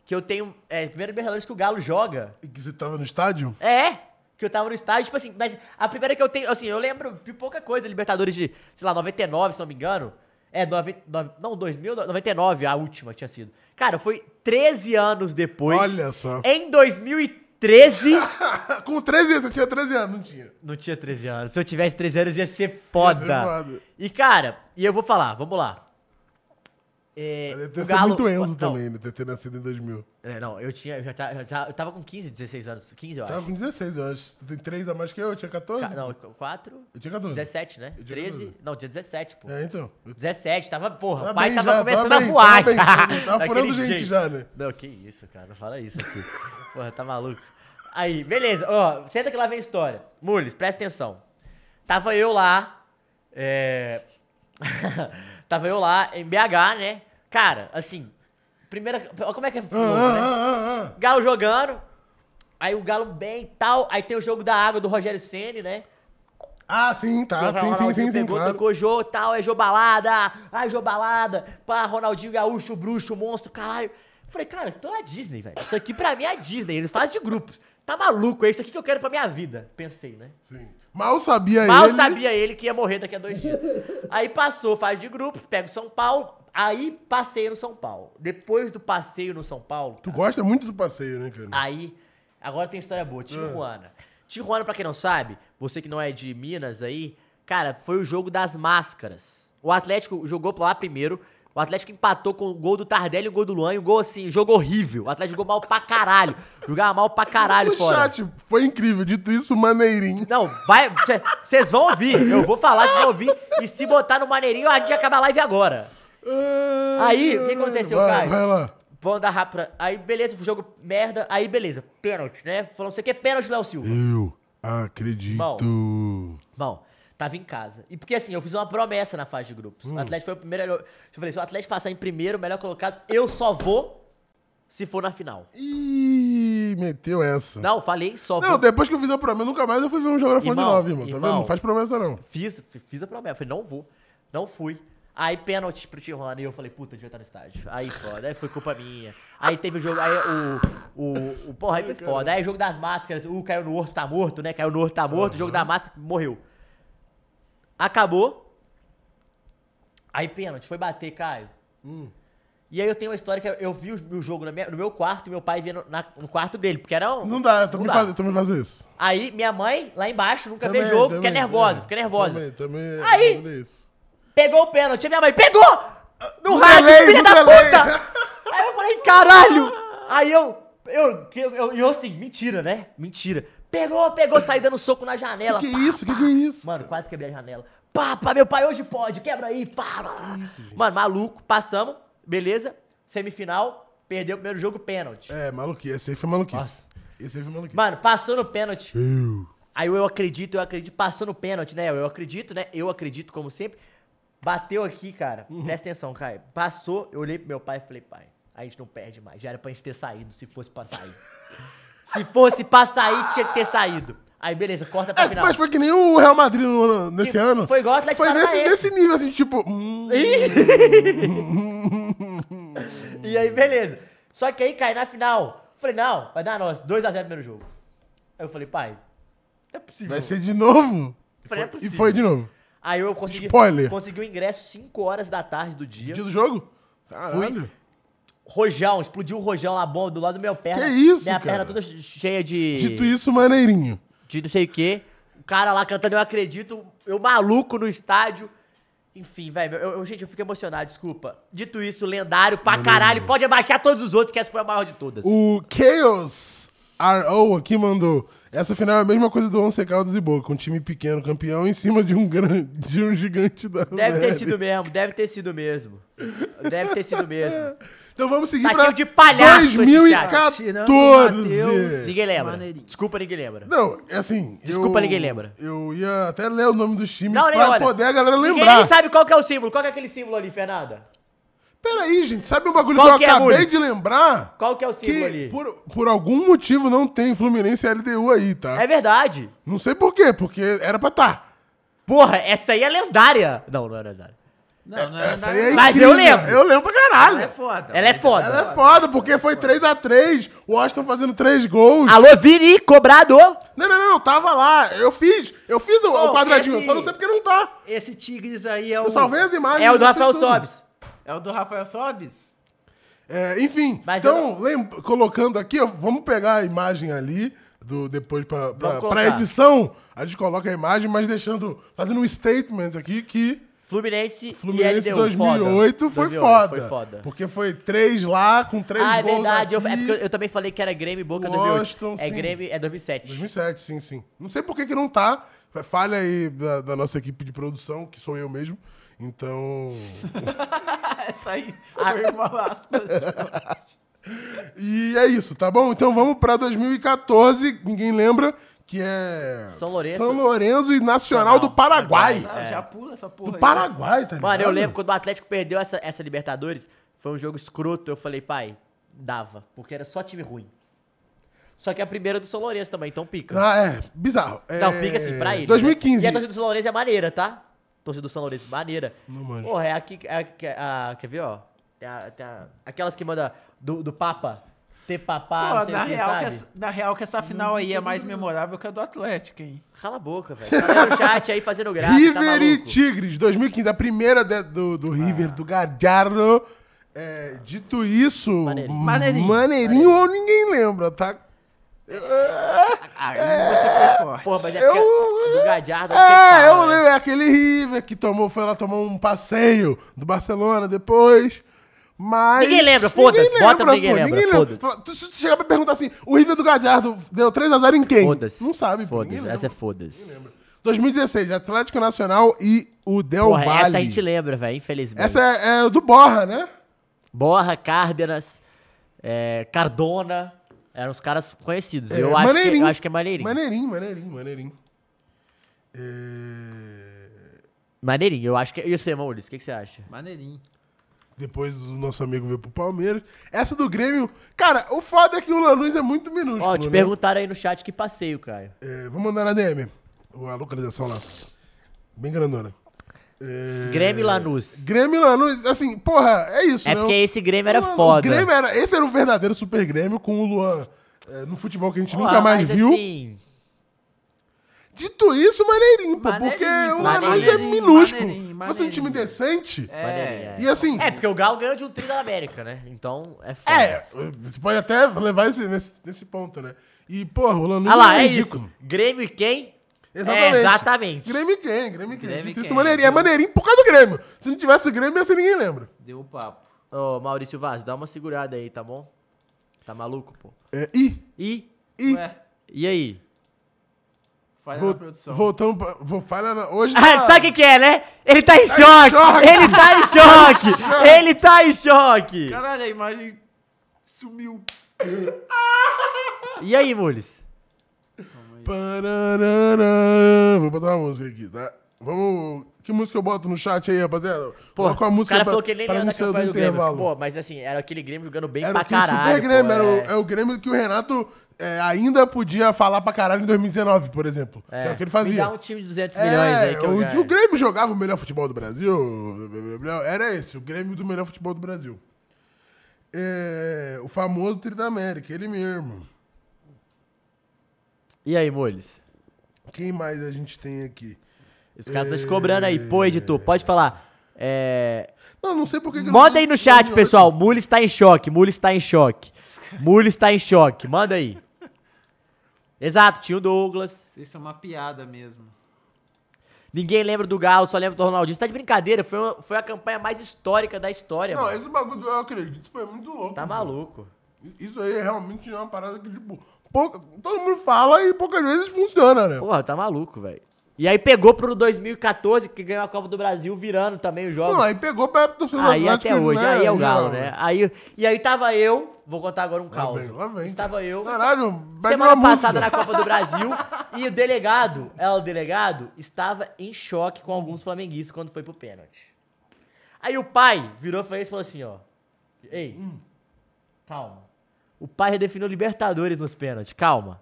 S1: que eu tenho... É, a primeira Libertadores que o Galo joga.
S2: E que você tava no estádio?
S1: É, que eu tava no estádio, tipo assim, mas a primeira que eu tenho, assim, eu lembro de pouca coisa, Libertadores de, sei lá, 99, se não me engano. É, 99, não, 2000, 99, a última tinha sido. Cara, foi 13 anos depois.
S2: Olha só.
S1: Em 2013...
S2: Com 13 anos, você tinha 13 anos, não tinha.
S1: Não tinha 13 anos. Se eu tivesse 13 anos, ia ser foda.
S2: Ia ser foda.
S1: E, cara, e eu vou falar, vamos lá. É,
S2: Deve
S1: o
S2: ter sido
S1: Galo- Então.
S2: muito Enzo
S1: não,
S2: também, né? Deve ter nascido em 2000.
S1: é, não, eu tinha. Eu, já, ta- eu já- eu tava com 15, 16 anos. 15, eu
S2: Tava
S1: acho.
S2: com 16, eu acho. Tu tem 3 a mais que eu, eu tinha 14?
S1: Ca- Não, 4.
S2: Eu tinha 14.
S1: 17, né?
S2: Eu tinha
S1: 13.
S2: 14.
S1: Não, tinha 17, pô.
S2: É, então. Eu
S1: 17, tava, porra,
S2: Tá
S1: o pai
S2: bem
S1: tava
S2: já, tá
S1: começando
S2: bem,
S1: a voar
S2: tá bem,
S1: já.
S2: tá bem, tava
S1: Daquele
S2: furando gente
S1: jeito.
S2: já, né?
S1: Não, que isso, cara, não fala isso aqui. porra, tá maluco. Aí, beleza, ó, senta que lá vem a história. Mules, presta atenção. Tava eu lá, é... Tava eu lá em BH, né? Cara, assim, primeira... Olha como é que é louco, né?
S2: Ah, ah, ah,
S1: Galo jogando, aí o Galo bem e tal, aí tem o jogo da água do Rogério Ceni, né?
S2: ah. Ah, sim, tá.
S1: Então,
S2: Sim, sim, sim, sim,
S1: pegou,
S2: claro.
S1: tocou Jô, tal, é Jô Balada, ai Jô Balada, pá, Ronaldinho Gaúcho, Bruxo, Monstro, caralho. Falei, cara, eu tô na Disney, velho. Isso aqui pra mim é a Disney, eles fazem de grupos. Tá maluco, é isso aqui que eu quero pra minha vida. Pensei, né?
S2: Sim. Mal sabia
S1: Mal
S2: ele.
S1: sabia ele que ia morrer daqui a dois dias. aí passou, faz de grupos, pega o São Paulo, aí passeio no São Paulo. Depois do passeio no São Paulo,
S2: Tu gosta muito do passeio, né, cara?
S1: Aí, agora tem história
S2: Ah.
S1: boa. Tijuana. Tijuana, pra quem não sabe, você que não é de Minas aí, cara, foi o jogo das máscaras. O Atlético jogou lá primeiro. O Atlético empatou com o gol do Tardelli e o gol do Luan. E o gol, assim, jogo horrível. O Atlético jogou mal pra caralho. Jogava mal pra caralho
S2: o
S1: fora.
S2: chat foi incrível. Dito isso, maneirinho.
S1: Não, vai. Vocês vão ouvir. Eu vou falar, vocês vão ouvir. E se botar no maneirinho, a gente acaba a live agora. Aí, o que aconteceu,
S2: Ah, vai,
S1: Caio?
S2: Vai lá.
S1: Vou andar rápido. pra- Aí, beleza, o jogo merda. Aí, beleza, pênalti, né? Falou, você quer pênalti, Léo Silva?
S2: Eu acredito.
S1: Bom, tava em casa. E porque assim, eu fiz uma promessa na fase de grupos. O Atlético foi o primeiro. Eu falei, se o Atlético passar em primeiro, melhor colocado, eu só vou se for na final.
S2: Ih, meteu essa. Não,
S1: Não, falei, só vou.
S2: depois que eu fiz a promessa, nunca mais eu fui ver um jogo na Fonte
S1: Irmão,
S2: Nova, irmão. Tá
S1: irmão.
S2: vendo? Não faz promessa, não.
S1: Fiz, fiz a promessa. Falei, não vou. Não fui. Aí pênalti pro Tijuana e eu falei, puta, devia estar no estádio. Aí foda, aí foi culpa minha. Aí teve o jogo, aí o. o, o porra, aí foi foda. Aí o jogo das máscaras, o caiu no horto, tá morto, né? Caiu no horto, tá morto, o jogo da máscara, morreu. Acabou. Aí pênalti, foi bater, Caio.
S2: Hum.
S1: E aí eu tenho uma história que eu, eu vi o, o jogo na minha- no meu quarto e meu pai via no, na- no quarto dele, porque era um.
S2: Não dá, eu também
S1: dá.
S2: faz, eu também faz isso.
S1: Aí minha mãe, lá embaixo, nunca
S2: Também,
S1: vê jogo, fica
S2: também, é,
S1: nervosa,
S2: também.
S1: fica nervosa.
S2: Também, também.
S1: Aí!
S2: também isso.
S1: Pegou o pênalti, a minha mãe pegou! No
S2: No
S1: rádio,
S2: delay,
S1: filha
S2: no
S1: da
S2: delay.
S1: puta! Aí eu falei, caralho! Aí eu, eu, que- eu, eu, assim, mentira, né? Mentira. Pegou, pegou, saí dando soco na janela.
S2: Que
S1: pá.
S2: isso, que que é isso?
S1: Mano, quase quebrei a janela. Pá, pá, meu pai, hoje pode, quebra aí, pá. Mano, maluco, passamos, beleza. Semifinal, perdeu o primeiro jogo, pênalti.
S2: É, maluquice, esse aí foi maluquice.
S1: Nossa.
S2: Esse aí foi maluquice.
S1: Mano, passou no pênalti.
S2: Eu.
S1: Aí eu, eu acredito, eu acredito, passou no pênalti, né? Eu acredito, né? Eu acredito, como sempre. Bateu aqui, cara. Presta atenção, Caio. Passou, eu olhei pro meu pai e falei, pai, a gente não perde mais. Já era pra gente ter saído, se fosse pra sair. se fosse pra sair, tinha que ter saído. Aí, beleza, corta pra
S2: É,
S1: final.
S2: mas foi que nem o Real Madrid no ano- nesse
S1: Que-
S2: ano.
S1: foi igual o Atlético
S2: Foi nesse,
S1: Paranaense.
S2: nesse nível, assim, tipo. hum,
S1: E aí, beleza. Só que aí, Caio, na final, eu falei, não, vai dar nós. 2x0 no primeiro jogo. Aí eu falei, pai, não é possível.
S2: vai ser de novo.
S1: Falei, "Não é
S2: E
S1: possível."
S2: foi de novo.
S1: Aí eu consegui,
S2: Spoiler.
S1: consegui o ingresso 5 horas da tarde do dia.
S2: Dia do jogo? Caralho.
S1: Rojão, explodiu o rojão lá bom do lado do meu perna.
S2: Que isso,
S1: Minha perna
S2: cara?
S1: toda cheia de.
S2: Dito isso, maneirinho.
S1: De não sei o quê. O cara lá cantando, eu acredito. Eu maluco no estádio. Enfim, velho. Eu, eu- gente, eu fico emocionado, desculpa. Dito isso, lendário pra caralho. Pode abaixar todos os outros, que essa foi a maior de todas.
S2: O Chaos RO aqui mandou. Essa final é a mesma coisa do Once Caldas e Boca. Um time pequeno campeão em cima de um grande, de um gigante da
S1: Deve ter
S2: velha.
S1: sido mesmo, deve ter sido mesmo. Deve ter sido mesmo.
S2: Então vamos seguir
S1: Tá
S2: pra
S1: cheio de palhaço esse
S2: 2014.
S3: Tirando o Matheus.
S1: Ninguém lembra.
S3: Maneirinho.
S1: Desculpa, ninguém lembra.
S2: Não, é assim.
S1: Desculpa,
S2: eu-
S1: ninguém lembra.
S2: Eu ia até ler o nome dos times
S1: Não, nem
S2: pra
S1: olha.
S2: poder a galera
S1: Ninguém
S2: lembrar.
S1: nem sabe qual que é o símbolo. Qual que é aquele símbolo ali, Fernanda?
S2: Peraí, gente, sabe um bagulho
S1: Qual que
S2: que eu
S1: é,
S2: acabei
S1: Mules?
S2: de lembrar?
S1: Qual que é o símbolo
S2: Que
S1: ali?
S2: por, por algum motivo não tem Fluminense e LDU aí, tá?
S1: É verdade.
S2: Não sei por quê, porque era pra tá.
S1: Porra, essa aí é lendária. Não, não é lendária.
S3: Não, não é
S2: Essa
S3: nada.
S2: aí é
S1: Mas eu
S2: incrível.
S1: lembro.
S2: Eu lembro pra caralho.
S3: Ela é foda.
S1: Ela é foda.
S2: Ela é foda, porque foi 3x3, o Washington fazendo 3 gols.
S1: Alô, Vini, cobrado.
S2: Não, não, não, não, tava lá. Eu fiz, eu fiz o, o
S3: Ô,
S2: quadradinho,
S3: esse-
S2: eu só não sei porque não tá.
S3: Esse Tigres aí é o.
S2: Eu salvei as imagens.
S1: É o do
S2: eu fiz
S1: Rafael
S2: tudo.
S1: Sobes.
S3: É o do Rafael Sobis?
S2: É, enfim,
S1: Mas
S2: então, lem- colocando aqui, ó, vamos pegar a imagem ali, do, depois pra, pra,
S1: Vamos
S2: pra
S1: colocar.
S2: edição, a gente coloca a imagem, mas deixando, fazendo um statement aqui que
S1: Fluminense,
S2: Fluminense
S1: e LDU,
S2: 2008
S1: foda.
S2: foi
S1: 2008
S2: foda.
S1: Foi foda.
S2: Porque foi 3 lá, com 3
S1: Ah, é
S2: gols
S1: verdade. Eu,
S2: aqui.
S1: é porque eu, eu também falei que era Grêmio e Boca 2008.
S2: Washington,
S1: é
S2: sim.
S1: Grêmio, é 2007.
S2: 2007, sim, sim. Não sei por que que não tá. É Falha aí da, da nossa equipe de produção, que sou eu mesmo. Então.
S3: Essa aí
S1: Ah.
S3: foi uma tipo. aspa.
S2: E é isso, tá bom? Então vamos pra 2014, ninguém lembra, que é.
S1: São Lourenço.
S2: São Lourenço e Nacional do Paraguai.
S1: É.
S3: Ah, Já pula essa porra
S2: Do
S3: aí.
S2: Paraguai, tá ligado?
S1: Mano, eu lembro quando o Atlético perdeu essa, essa Libertadores, foi um jogo escroto. Eu falei, pai, dava. Porque era só time ruim. Só que a primeira é do São Lourenço também, então pica.
S2: Ah, é, bizarro. É,
S1: Não, pica assim, pra ele.
S2: 2015.
S1: E a torcida do São Lourenço é maneira, tá? Torcida do São Lourenço, maneira.
S2: Não manjo.
S1: Porra, é aqui. É, aqui- é, a- quer ver, ó? Tem a- tem a- aquelas que manda do, do Papa. Ter papá,
S3: Pô,
S1: Ah, não sei
S3: na
S1: o que,
S3: real, que
S1: sabe?
S3: essa, na real que essa final aí é mais memorável que a do Atlético, hein?
S1: Cala a boca, velho. Tá no chat aí fazendo graça, tá
S2: River e
S1: maluco? Ah.
S2: Tigres, 2015, a primeira de- do, do River, do Gadiarro. É, dito isso,
S1: Maneirinho.
S2: maneirinho.
S3: Maneirinho.
S2: ou ninguém lembra, tá?
S3: Aí você foi forte.
S1: Porra, mas é
S2: Eu-
S1: porque a- do Gadiardo. né?
S2: É, eu lembro, é aquele River que tomou, foi lá tomar um passeio do Barcelona depois. Mas.
S1: Ninguém lembra, foda-se,
S2: ninguém
S1: bota
S2: lembra,
S1: ninguém
S2: pô,
S1: lembra,
S2: Fala, tu- Se tu chegar pra perguntar assim, o River do Gadiardo deu 3x0 em quem?
S1: Foda-se.
S2: Não sabe, pô, ninguém
S1: Foda-se,
S2: lembra.
S1: essa é foda-se.
S2: 2016, Atlético Nacional e É o Del
S1: Porra,
S2: Valle.
S1: essa a gente lembra, velho, infelizmente.
S2: Essa é, é do Borra, né?
S1: Borra, Cárdenas, é, Cardona. Eram os caras conhecidos.
S2: É,
S1: eu, acho que, eu acho que é maneirinho.
S2: Maneirinho, maneirinho, maneirinho. É,
S1: Maneirinho, eu acho que. E você, Maurício, o que, que você acha?
S3: Maneirinho.
S2: Depois o nosso amigo veio pro Palmeiras. Essa do Grêmio. Cara, o foda é que o Lanús é muito minúsculo.
S1: Ó, te
S2: né?
S1: perguntaram aí no chat que passeio, Caio.
S2: É, vou mandar na DM. o- A localização lá. Bem grandona.
S1: Grêmio e Lanús.
S2: Grêmio e Lanús, assim, porra, é isso,
S1: É
S2: né?
S1: porque
S2: O-
S1: esse Grêmio era
S2: Mano, o
S1: foda.
S2: Grêmio é era, esse era o verdadeiro super Grêmio com o Luan é, no futebol que a gente
S1: Ah,
S2: nunca mais
S1: mas
S2: viu.
S1: assim,
S2: Dito isso, maneirinho, pô,
S3: Maneirinho,
S2: porque o Lanús é
S3: maneirinho,
S2: minúsculo.
S3: maneirinho,
S2: Se fosse um time
S3: maneirinho.
S2: decente.
S1: maneirinho,
S2: E assim.
S1: É, porque o Galo ganhou de um tri da América, né? Então, é foda.
S2: É, você pode até levar esse, nesse, nesse ponto, né? E, porra, o Lanús
S1: Ah lá,
S2: é
S1: é
S2: ridículo.
S1: isso. Grêmio e quem?
S2: Exatamente.
S1: É, exatamente.
S2: Grêmio e quem? Grêmio e quem?
S3: Grêmio e
S2: Dito isso,
S3: quem?
S2: maneirinho. É maneirinho por causa do Grêmio. Se não tivesse o Grêmio, ia ser ninguém lembra.
S3: Deu
S1: um
S3: o papo.
S1: Ô, Maurício Vaz, dá uma segurada aí, tá bom? Tá maluco, pô?
S2: É, e,
S1: E?
S2: e,
S3: Ué,
S1: E aí?
S3: falha
S2: vol-
S3: na produção.
S2: voltamos pra, vou falhar na, hoje
S1: Ah,
S2: tá-
S1: é sabe o que, que é, né? Ele tá em
S2: Tá em
S1: choque!
S2: choque!
S1: Ele tá em choque! Ele tá em choque!
S3: Caralho, a imagem sumiu.
S1: E aí, Mules?
S2: Parararã. Vou botar uma música aqui, tá? Vamos. Que música eu boto no chat aí, rapaziada?
S1: Pô,
S2: Coloca uma música
S1: o cara
S2: pra-
S1: falou que ele nem
S2: pra
S1: lembra da
S2: gente sair do
S1: campanha do Grêmio.
S2: intervalo.
S1: Pô, mas assim, era aquele Grêmio jogando bem
S2: Era
S1: pra
S2: aquele
S1: caralho.
S2: super Grêmio,
S1: pô,
S2: era
S1: é.
S2: o, é o Grêmio que o Renato é, ainda podia falar pra caralho em 2019, por exemplo. Que era é o que ele
S1: Me dá
S2: fazia.
S1: um time de 200
S2: É,
S1: milhões aí que eu
S2: o,
S1: ganho.
S2: o Grêmio jogava o melhor futebol do Brasil. blá, blá, blá. Era esse, o Grêmio do melhor futebol do Brasil. É, o famoso Tri da América, ele mesmo.
S1: E aí, Mules?
S2: Quem mais a gente tem aqui?
S1: Os caras estão te cobrando aí. Pô, editor, pode falar. É...
S2: Não, não sei por que. que
S1: Manda
S2: não-
S1: aí no chat,
S2: 98.
S1: pessoal. Mules tá em choque, Mules tá em choque. Mules tá em choque, manda aí. Exato, tinha o Douglas.
S3: Vocês são é uma piada mesmo.
S1: Ninguém lembra do Galo, só lembra do Ronaldinho. Você tá de brincadeira, foi, uma- foi a campanha mais histórica da história,
S2: Não,
S1: mano.
S2: esse bagulho do eu acredito foi muito louco.
S1: Tá maluco.
S2: Isso aí realmente é uma parada que, tipo, pouca- todo mundo fala e poucas vezes funciona, né?
S1: Porra, tá maluco, velho. E aí pegou pro 2014, que ganhou a Copa do Brasil, virando também os jogos.
S2: Não, é aí pegou pra torcedor
S1: Aí até hoje,
S2: né,
S1: aí é o
S2: em
S1: Galo,
S2: geral,
S1: né? Aí, e aí tava eu, vou contar agora um
S2: Lá
S1: caos.
S2: vem, lá vem.
S1: Estava eu.
S2: Caralho, bebe uma
S1: Semana
S2: música.
S1: passada na Copa do Brasil e o delegado, é o delegado, estava em choque com alguns flamenguistas quando foi pro pênalti. Aí o pai virou pra ele e falou assim, ó. Ei, calma. O pai redefiniu Libertadores nos pênaltis, calma.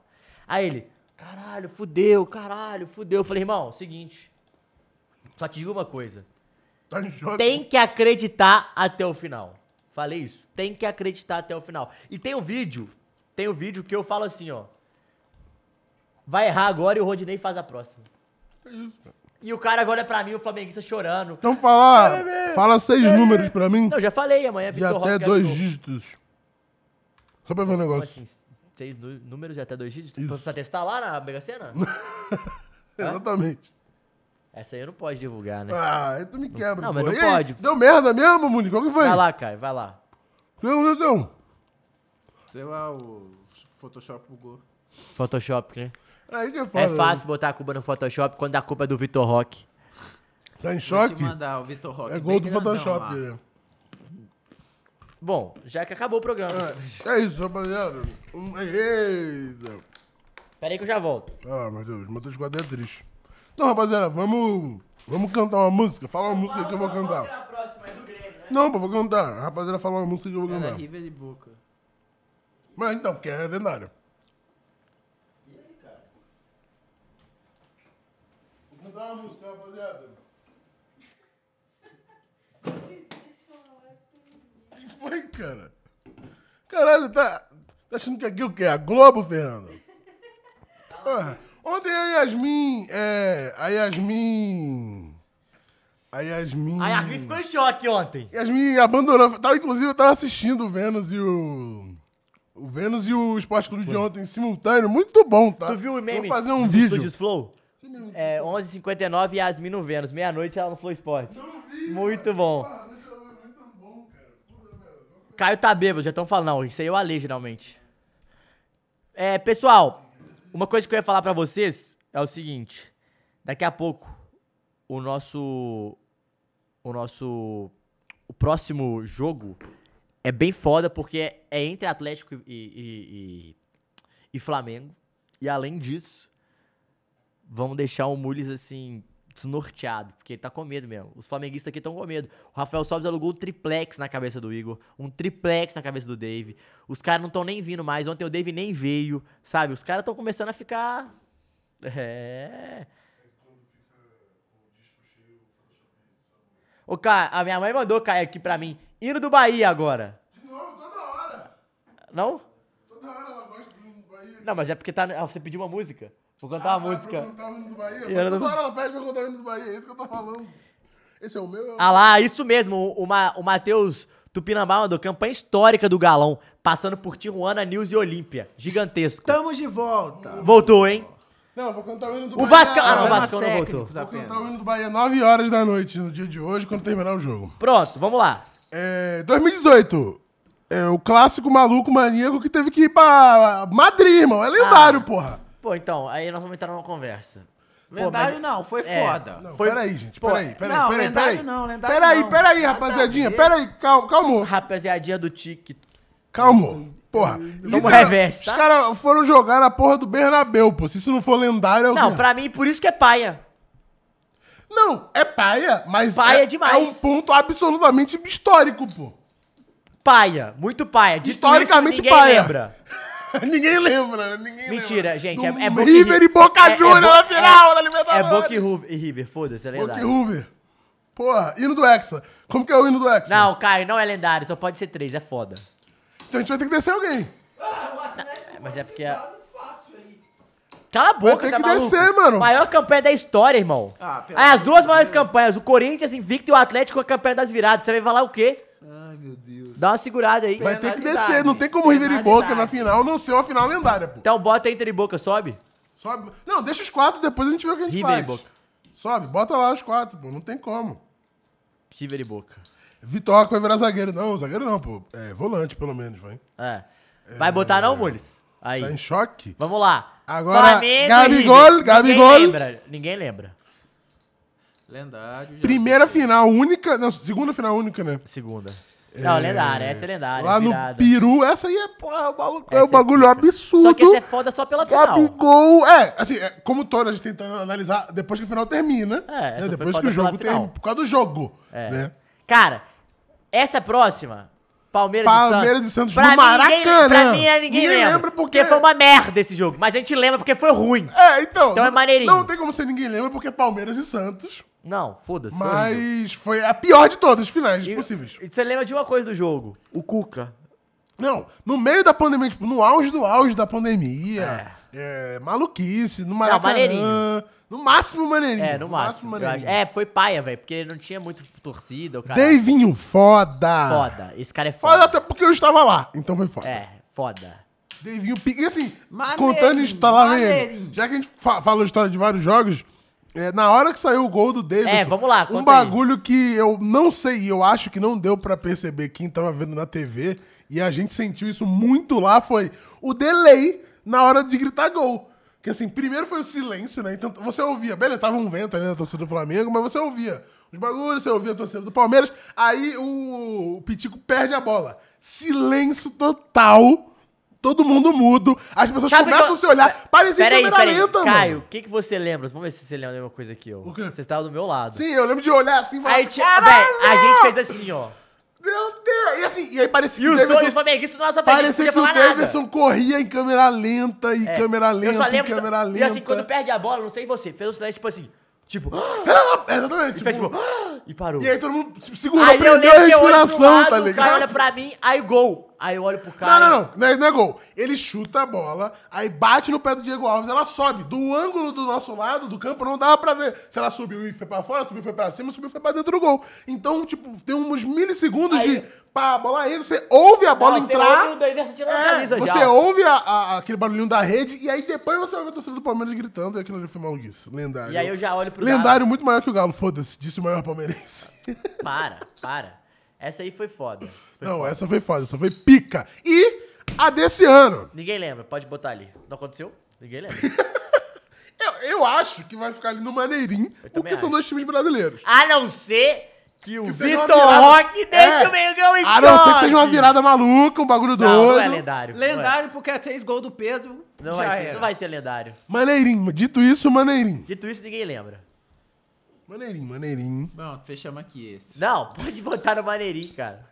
S1: Aí ele, caralho, fudeu, caralho, fudeu. Eu falei, irmão, é seguinte, só te digo uma coisa.
S2: Tá em choque.
S1: Tem que acreditar até o final. Falei isso. Tem que acreditar até o final. E tem um vídeo, tem um vídeo que eu falo assim, ó. Vai errar agora e o Rodinei faz a próxima. E o cara olha pra mim, o flamenguista chorando.
S2: Então fala, fala seis números pra mim
S1: Não, já falei, amanhã é
S2: e
S1: Vitor
S2: até
S1: Roque
S2: dois
S1: Gabigol.
S2: dígitos. Só pra ver um
S1: Como
S2: negócio.
S1: assim, seis nu- números e até dois dígitos? Pra, pra testar lá na Mega Sena? tá?
S2: Exatamente.
S1: Essa aí eu não pode divulgar, né?
S2: Ah, aí tu me quebra.
S1: Não, mas
S2: pô.
S1: não
S2: E aí,
S1: pode.
S2: Deu merda mesmo, Munique? Qual que foi? um,
S1: Vai lá, Caio, vai lá.
S2: O que aconteceu?
S3: Sei lá, o Photoshop bugou.
S1: Photoshop, né?
S2: Aí que é foda.
S1: É fácil botar a culpa no Photoshop quando a culpa é do Vitor Roque.
S2: né? Tá em
S3: Vou
S2: choque?
S3: te mandar o Vitor Roque.
S2: É
S3: bem
S2: gol do
S3: grandão
S2: Photoshop,
S3: lá.
S2: né?
S1: Bom, já que acabou o programa.
S2: É isso, rapaziada. Um- Eita.
S1: Pera aí que eu já volto.
S2: Ah, meu Deus, Matheus Quadro é triste. Então, rapaziada, vamos, vamos cantar uma música. Fala uma música que eu vou cantar.
S1: a próxima? É do Grêmio, né?
S2: Não, pô, vou cantar. A rapaziada fala uma música que eu vou
S3: Era
S2: cantar.
S3: River e Boca.
S2: Mas então, porque é lendário. Vou cantar uma música, rapaziada. O que foi, cara? Caralho, tá. Tá achando que aqui é o quê? A Globo, Fernando? Porra. Ontem a Yasmin. É. A Yasmin. A Yasmin.
S1: A Yasmin ficou em choque ontem.
S2: Yasmin abandonou. Tava, inclusive, eu tava assistindo o Vênus e o. O Vênus e o Esporte Clube de ontem simultâneo. Muito bom, tá?
S1: Tu viu o meme
S2: Vou fazer um
S1: dos
S2: vídeo.
S1: Estúdios Flow? É, 11h59, Yasmin no Vênus. Meia-noite ela no Flow Esporte.
S2: Então,
S1: Muito bom. Caio tá bêbado, já estão falando. Não, isso aí eu alei, geralmente. É, pessoal, uma coisa que eu ia falar pra vocês é o seguinte. Daqui a pouco, o nosso... O nosso... O próximo jogo é bem foda, porque é, é entre Atlético e- e- e e Flamengo. E além disso, vamos deixar o Mules assim, desnorteado, porque ele tá com medo mesmo. Os flamenguistas aqui estão com medo. O Rafael Sobes alugou um triplex na cabeça do Igor, um triplex na cabeça do Dave. Os caras não estão nem vindo mais. Ontem o Dave nem veio, sabe? Os caras estão começando a ficar. É. Ô, cara, a minha mãe mandou cair aqui pra mim. Hino do Bahia agora.
S2: De novo, toda hora.
S1: Não?
S2: Toda hora ela gosta do hino do Bahia.
S1: Não, mas é porque tá, no- ah, você pediu uma música. Vou cantar uma
S2: Ela
S1: música.
S2: perguntar o hino do Bahia.
S1: E ela
S2: mas
S1: não-
S2: Toda hora ela pede pra eu contar o hino do Bahia. É isso que eu tô falando. Esse é o meu.
S1: Ah lá, isso mesmo. O, o, Ma- o Matheus Tupinambá mandou campanha histórica do Galão, passando por Tijuana, News e Olímpia. Gigantesco.
S2: Então-
S3: Estamos de volta.
S1: Voltou, hein?
S2: Não, eu vou cantar o hino do
S1: O
S2: Bahia.
S1: Vasco... Ah, não, o
S3: Problemas
S1: Vasco não voltou.
S3: técnicos
S2: Vou cantar
S3: apenas.
S2: o hino do Bahia 9 horas da noite, no dia de hoje, quando terminar o jogo.
S1: Pronto, vamos lá.
S2: É, 2018. É o clássico maluco maníaco que teve que ir pra Madrid, irmão. É lendário,
S1: Ah.
S2: porra.
S1: Pô, então, aí nós vamos entrar numa conversa. Pô, mas-
S3: Lendário não, foi
S1: É.
S3: foda.
S2: Não,
S1: Foi-
S2: peraí, gente.
S1: Pô,
S2: Peraí, peraí,
S3: não,
S2: peraí,
S3: lendário
S2: peraí.
S3: não, lendário
S2: peraí,
S3: não.
S2: peraí,
S3: Nada a
S2: rapaziadinha.
S3: ver.
S2: Peraí, calma, calmou.
S1: Rapaziadinha do Tique.
S2: Calmo. Porra. Literal-
S1: revés, tá?
S2: Os caras foram jogar na porra do Bernabéu, pô. Se isso não for lendário, é o
S1: Não,
S2: quê?
S1: pra mim, por isso que é paia.
S2: Não, é paia, mas...
S1: Paia
S2: é,
S1: demais.
S2: É um ponto absolutamente histórico, pô.
S1: Paia, muito paia. Dito
S2: Historicamente
S1: isso, ninguém
S2: paia.
S1: Lembra.
S2: ninguém lembra, né? Ninguém
S1: Mentira,
S2: lembra.
S1: gente.
S2: Do
S1: É, é Boca
S2: River e Boca
S1: é- é
S2: Juniors
S1: Bo-
S2: na final
S1: é-
S2: da Libertadores.
S1: É Boca e Ru- e River, foda-se, é
S2: Boca e
S1: lendário.
S2: River. Porra, hino do Hexa. Como que é o hino do Hexa?
S1: Não, Caio, não é lendário, só pode ser três, é foda.
S2: Então a gente vai ter que descer alguém.
S1: É, Mas é porque. é- Cala a boca,
S2: ter
S1: tá
S2: que
S1: maluco?
S2: descer, mano.
S1: Maior campanha da história, irmão.
S3: Ah, pelo
S1: Ah, as
S3: amor
S1: duas maiores campanhas, o Corinthians invicto e o Atlético com a campanha das viradas. Você vai falar o quê? Ai, meu Deus. Dá uma segurada aí.
S2: Vai ter que
S3: Penalidade.
S2: descer. Não tem como River e
S3: Penalidade.
S2: Boca na final não ser uma final lendária, pô.
S1: Então bota entre boca, sobe.
S2: Sobe. Não, deixa os quatro, depois a gente vê o que a gente
S1: River e
S2: faz.
S1: Boca.
S2: Sobe, bota lá os quatro, pô. Não tem como.
S1: River e boca.
S2: Vitória vai virar zagueiro. Não, zagueiro não, pô. É, volante, pelo menos, vai.
S1: É. Vai botar não, Mules? Aí.
S2: É. Tá em choque.
S1: Vamos lá.
S2: Agora,
S1: e
S2: Gabigol,
S1: River.
S2: Gabigol.
S1: Ninguém lembra. Ninguém lembra.
S3: Lendário. já-
S2: Primeira final única. Não, segunda final única, né?
S1: Segunda. Não, lendária. Essa é lendária.
S2: Lá no
S1: virada.
S2: Peru, essa aí é, porra, maluco, é
S1: Essa
S2: um
S1: é
S2: bagulho absurdo.
S1: Só que essa é foda só pela final.
S2: Gabigol. É, assim, é, como todo, a gente tenta analisar depois que o final termina.
S1: É, essa
S2: né,
S1: foi
S2: depois
S1: foda
S2: que o jogo
S1: pela final.
S2: termina. Por causa do jogo.
S1: É.
S2: Né?
S1: Cara, essa próxima, Palmeiras,
S2: Palmeiras
S1: e
S2: e
S1: Santos.
S2: Santos
S1: Pra
S2: no
S1: mim,
S2: Maracanã.
S1: Ninguém, pra mim, é- ninguém,
S2: Ninguém
S1: lembra.
S2: lembra porque-
S1: foi uma merda esse jogo. Mas a gente lembra porque foi ruim.
S2: É, então.
S1: Então é
S2: não-
S1: maneirinho.
S2: Não tem como ser ninguém lembra, porque é Palmeiras e Santos.
S1: Não, foda-se. foi horrível.
S2: Mas é foi a pior de todas as finais
S1: E-
S2: possíveis.
S1: e Você lembra de uma coisa do jogo? O Cuca.
S2: Não, no meio da pandemia, tipo, no auge do auge da pandemia. É. maluquice, no Maracanã.
S1: maneirinho.
S2: no máximo maneirinho.
S1: É, no máximo. eu acho.
S2: maneirinho.
S1: É, foi paia, velho, porque não tinha muito torcida. O cara
S2: Davinho, foda.
S1: foda. Esse cara é
S2: Foda
S1: foda.
S2: até porque eu estava lá, então foi foda.
S1: É, foda.
S2: Davinho Pique, e assim,
S3: Maneirinho,
S2: contando isso, tá lá vendo.
S3: maneirinho.
S2: Já que a gente fa fala a história de vários jogos, é, na hora que saiu o gol do Davidson,
S1: É, vamos lá,
S2: um
S1: conta aí.
S2: bagulho que eu não sei, e eu acho que não deu pra perceber quem tava vendo na TV, e a gente sentiu isso muito lá, foi o delay na hora de gritar gol. Que assim, primeiro foi o silêncio, né? Então você ouvia, beleza, tava um vento ali na torcida do Flamengo, mas você ouvia os bagulhos, você ouvia a torcida do Palmeiras, aí o, o Pitico perde a bola. Silêncio total. Todo mundo mudo, as pessoas
S1: Sabe
S2: começam
S1: qual-
S2: a se olhar,
S1: Pe-
S2: parecia
S1: peraí,
S2: câmera
S1: peraí.
S2: lenta, mano.
S1: Caio, o que, que você lembra? Vamos ver se você lembra a mesma coisa que eu.
S2: O quê?
S1: Você estava do meu lado.
S2: Sim, eu lembro de olhar assim e falar
S1: Aí, ti-
S2: assim,
S1: véi, a gente fez assim, ó.
S2: Meu Deus! E assim, e aí parecia
S1: E os
S2: que o Davidson-
S1: dois flamenguistas na nossa frente, não
S2: Parecia
S1: podia
S2: que o
S1: falar nada.
S2: Davidson corria em câmera lenta e
S1: É,
S2: câmera
S1: eu
S2: lenta
S1: só
S2: e
S1: lembro-
S2: câmera lenta.
S1: E assim, quando perde a bola, não sei você, fez um silêncio tipo assim, tipo...
S2: É, Exatamente.
S1: e
S2: Tipo,
S1: fez tipo... e parou.
S2: e aí todo mundo se segurou,
S1: aí eu
S2: prendeu a
S1: lembro que eu olho
S2: respiração,
S1: pro lado,
S2: tá
S1: o cara olha
S2: ligado?
S1: pra mim, aí gol. Aí eu olho pro
S2: Não,
S1: cara...
S2: não, não, não é, não é gol. Ele chuta a bola, aí bate no pé do Diego Alves, ela sobe. Do ângulo do nosso lado do campo não dava pra ver se ela subiu e foi pra fora, subiu e foi pra cima, subiu e foi pra dentro do gol. Então, tipo, tem uns milissegundos
S1: Aí-
S2: de pá, a bola entra, você ouve a bola
S1: Não, você
S2: entrar.
S1: ouve o Davidson tirando a
S2: É,
S1: camisa
S2: você
S1: já.
S2: ouve a- a- aquele barulhinho da rede e aí depois você ouve a torcida do Palmeiras gritando e aquilo ali foi maluquice. Lendário.
S1: E aí eu já olho pro
S2: Lendário
S1: Galo.
S2: muito maior que o Galo, foda-se, disse o maior palmeirense.
S1: Para, para. Essa aí foi foda. Foi
S2: Não,
S1: foda.
S2: essa foi foda, essa foi pica. E a desse ano.
S1: Ninguém lembra, pode botar ali. Não aconteceu? Ninguém lembra.
S2: Eu, eu acho que vai ficar ali no Maneirim, porque
S1: acho.
S2: são dois times brasileiros.
S1: A não ser que o
S2: Que seja uma
S1: Vitor
S2: virada-
S1: Roque deixe
S2: É.
S1: o Mengão em
S2: A não ser que
S1: choque.
S2: seja uma virada maluca, um
S1: Não,
S2: bagulho doido.
S1: não é lendário. não é.
S3: Lendário porque é três gols do Pedro.
S1: Não
S3: já
S1: vai, ser,
S3: era.
S1: não vai ser lendário.
S2: Maneirim, dito isso, Maneirim.
S1: Dito isso, ninguém lembra.
S2: Maneirim, Maneirim.
S3: Pronto, fechamos aqui esse.
S1: Não, pode botar no maneirinho, cara.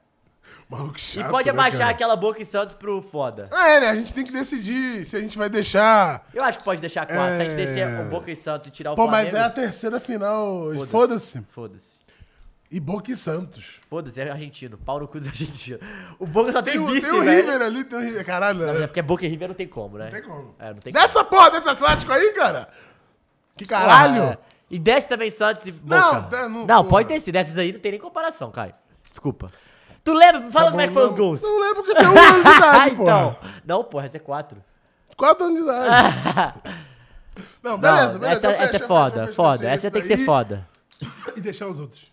S2: Maluco
S1: E
S2: chato.
S1: pode
S2: né,
S1: abaixar
S2: cara?
S1: aquela boca em Santos pro foda.
S2: É, né? A gente tem que decidir se a gente vai deixar
S1: Eu acho que pode deixar quatro. Se a gente
S2: É.
S1: descer o Boca e Santos e tirar o
S2: Pô, mas
S1: Flamengo...
S2: é a terceira final.
S1: foda-se,
S2: Foda-se.
S1: Foda-se.
S2: E Boca e Santos.
S1: Foda-se, é argentino. Pau no cu dos argentinos. O Boca só tem,
S2: Tem, o-
S1: vice,
S2: tem o
S1: velho.
S2: River ali, tem o River. Caralho,
S1: Mas É
S2: né?
S1: porque Boca e River não tem como, né?
S2: não tem como.
S1: É, não tem
S2: Dessa porra desse Atlético aí, cara? Que
S1: como.
S2: caralho!
S1: Ah, E desce também Santos e Boca.
S2: Não,
S1: Não,
S2: dá- não-
S1: pode ter sido. Dessas aí não tem nem comparação, Caio. Desculpa. Tu lembra? Fala
S2: Tá
S1: como é
S2: bom,
S1: que foi os
S2: não-
S1: gols.
S2: Não lembro que eu tinha um ano de idade,
S1: então.
S2: porra.
S1: Não, porra, essa é quatro.
S2: Quatro anos de idade. Não, beleza,
S1: não,
S2: beleza.
S1: essa, essa
S2: eu fecho, eu
S1: é
S2: fecho,
S1: foda,
S2: eu fecho
S1: foda.
S2: esse-
S1: Essa tem que
S2: esse
S1: ser
S2: daí
S1: foda.
S2: E deixar os outros.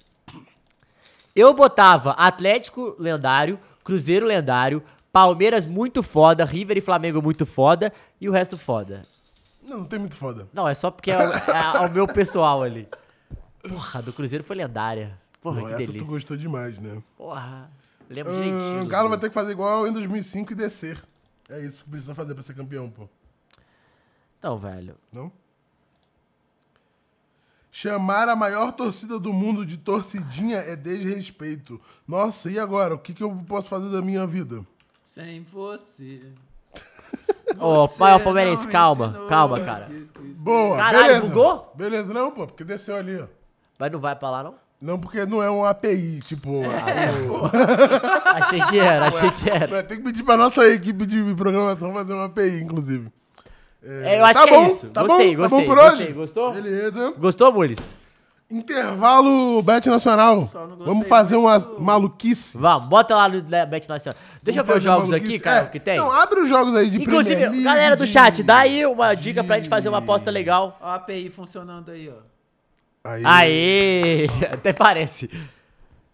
S1: Eu botava Atlético lendário, Cruzeiro lendário, Palmeiras muito foda, River e Flamengo muito foda e o resto foda.
S2: Não, não tem muito foda.
S1: Não, é só porque é, o- é o meu pessoal ali. Porra, do Cruzeiro foi lendária. Porra,
S2: Pô,
S1: que
S2: essa tu
S1: delícia.
S2: gostou demais, né?
S1: Porra, lembro
S2: Hum,
S1: direitinho.
S2: o Galo vai ter que fazer igual em 2005 e descer. É isso que precisa fazer pra ser campeão, pô.
S1: Então, velho.
S2: Não? Chamar a maior torcida do mundo de torcidinha é desrespeito. Nossa, e agora? O que, que eu posso fazer da minha vida?
S3: Sem você.
S1: Ô,
S3: Você
S1: pai, ô, palmeirense,
S3: não me
S1: calma,
S3: ensinou.
S1: calma, cara.
S2: Boa,
S1: Caralho,
S2: beleza.
S1: bugou?
S2: Beleza, não, pô, porque desceu ali, ó.
S1: Mas não vai pra lá, não?
S2: Não, porque não é um API, tipo.
S1: É,
S2: a- o-
S1: Achei que era, achei que era.
S2: Ué, tem que pedir pra nossa equipe de programação fazer um uma API, inclusive.
S1: É, Eu acho
S2: tá
S1: que
S2: bom,
S1: é isso.
S2: tá
S1: gostei,
S2: bom, tá
S1: gostei,
S2: bom por
S1: gostei.
S2: hoje?
S1: Gostou?
S2: Beleza.
S1: Gostou, Mules?
S2: Intervalo Bet Nacional.
S3: Só não gostei
S2: Vamos fazer uma
S3: muito do-
S2: maluquice.
S1: Vamos, bota lá no né, Bet Nacional. Deixa eu ver
S2: Vamos
S1: os
S2: fazer
S1: jogos aqui,
S2: maluquice.
S1: cara,
S2: É,
S1: que tem.
S2: Não, abre os jogos aí de Premier
S1: Inclusive,
S2: League,
S1: galera do
S2: de-
S1: chat, dá aí uma dica pra gente fazer uma aposta legal.
S3: Ó a API funcionando aí, ó.
S2: Aí, aí.
S1: Aê! Até parece.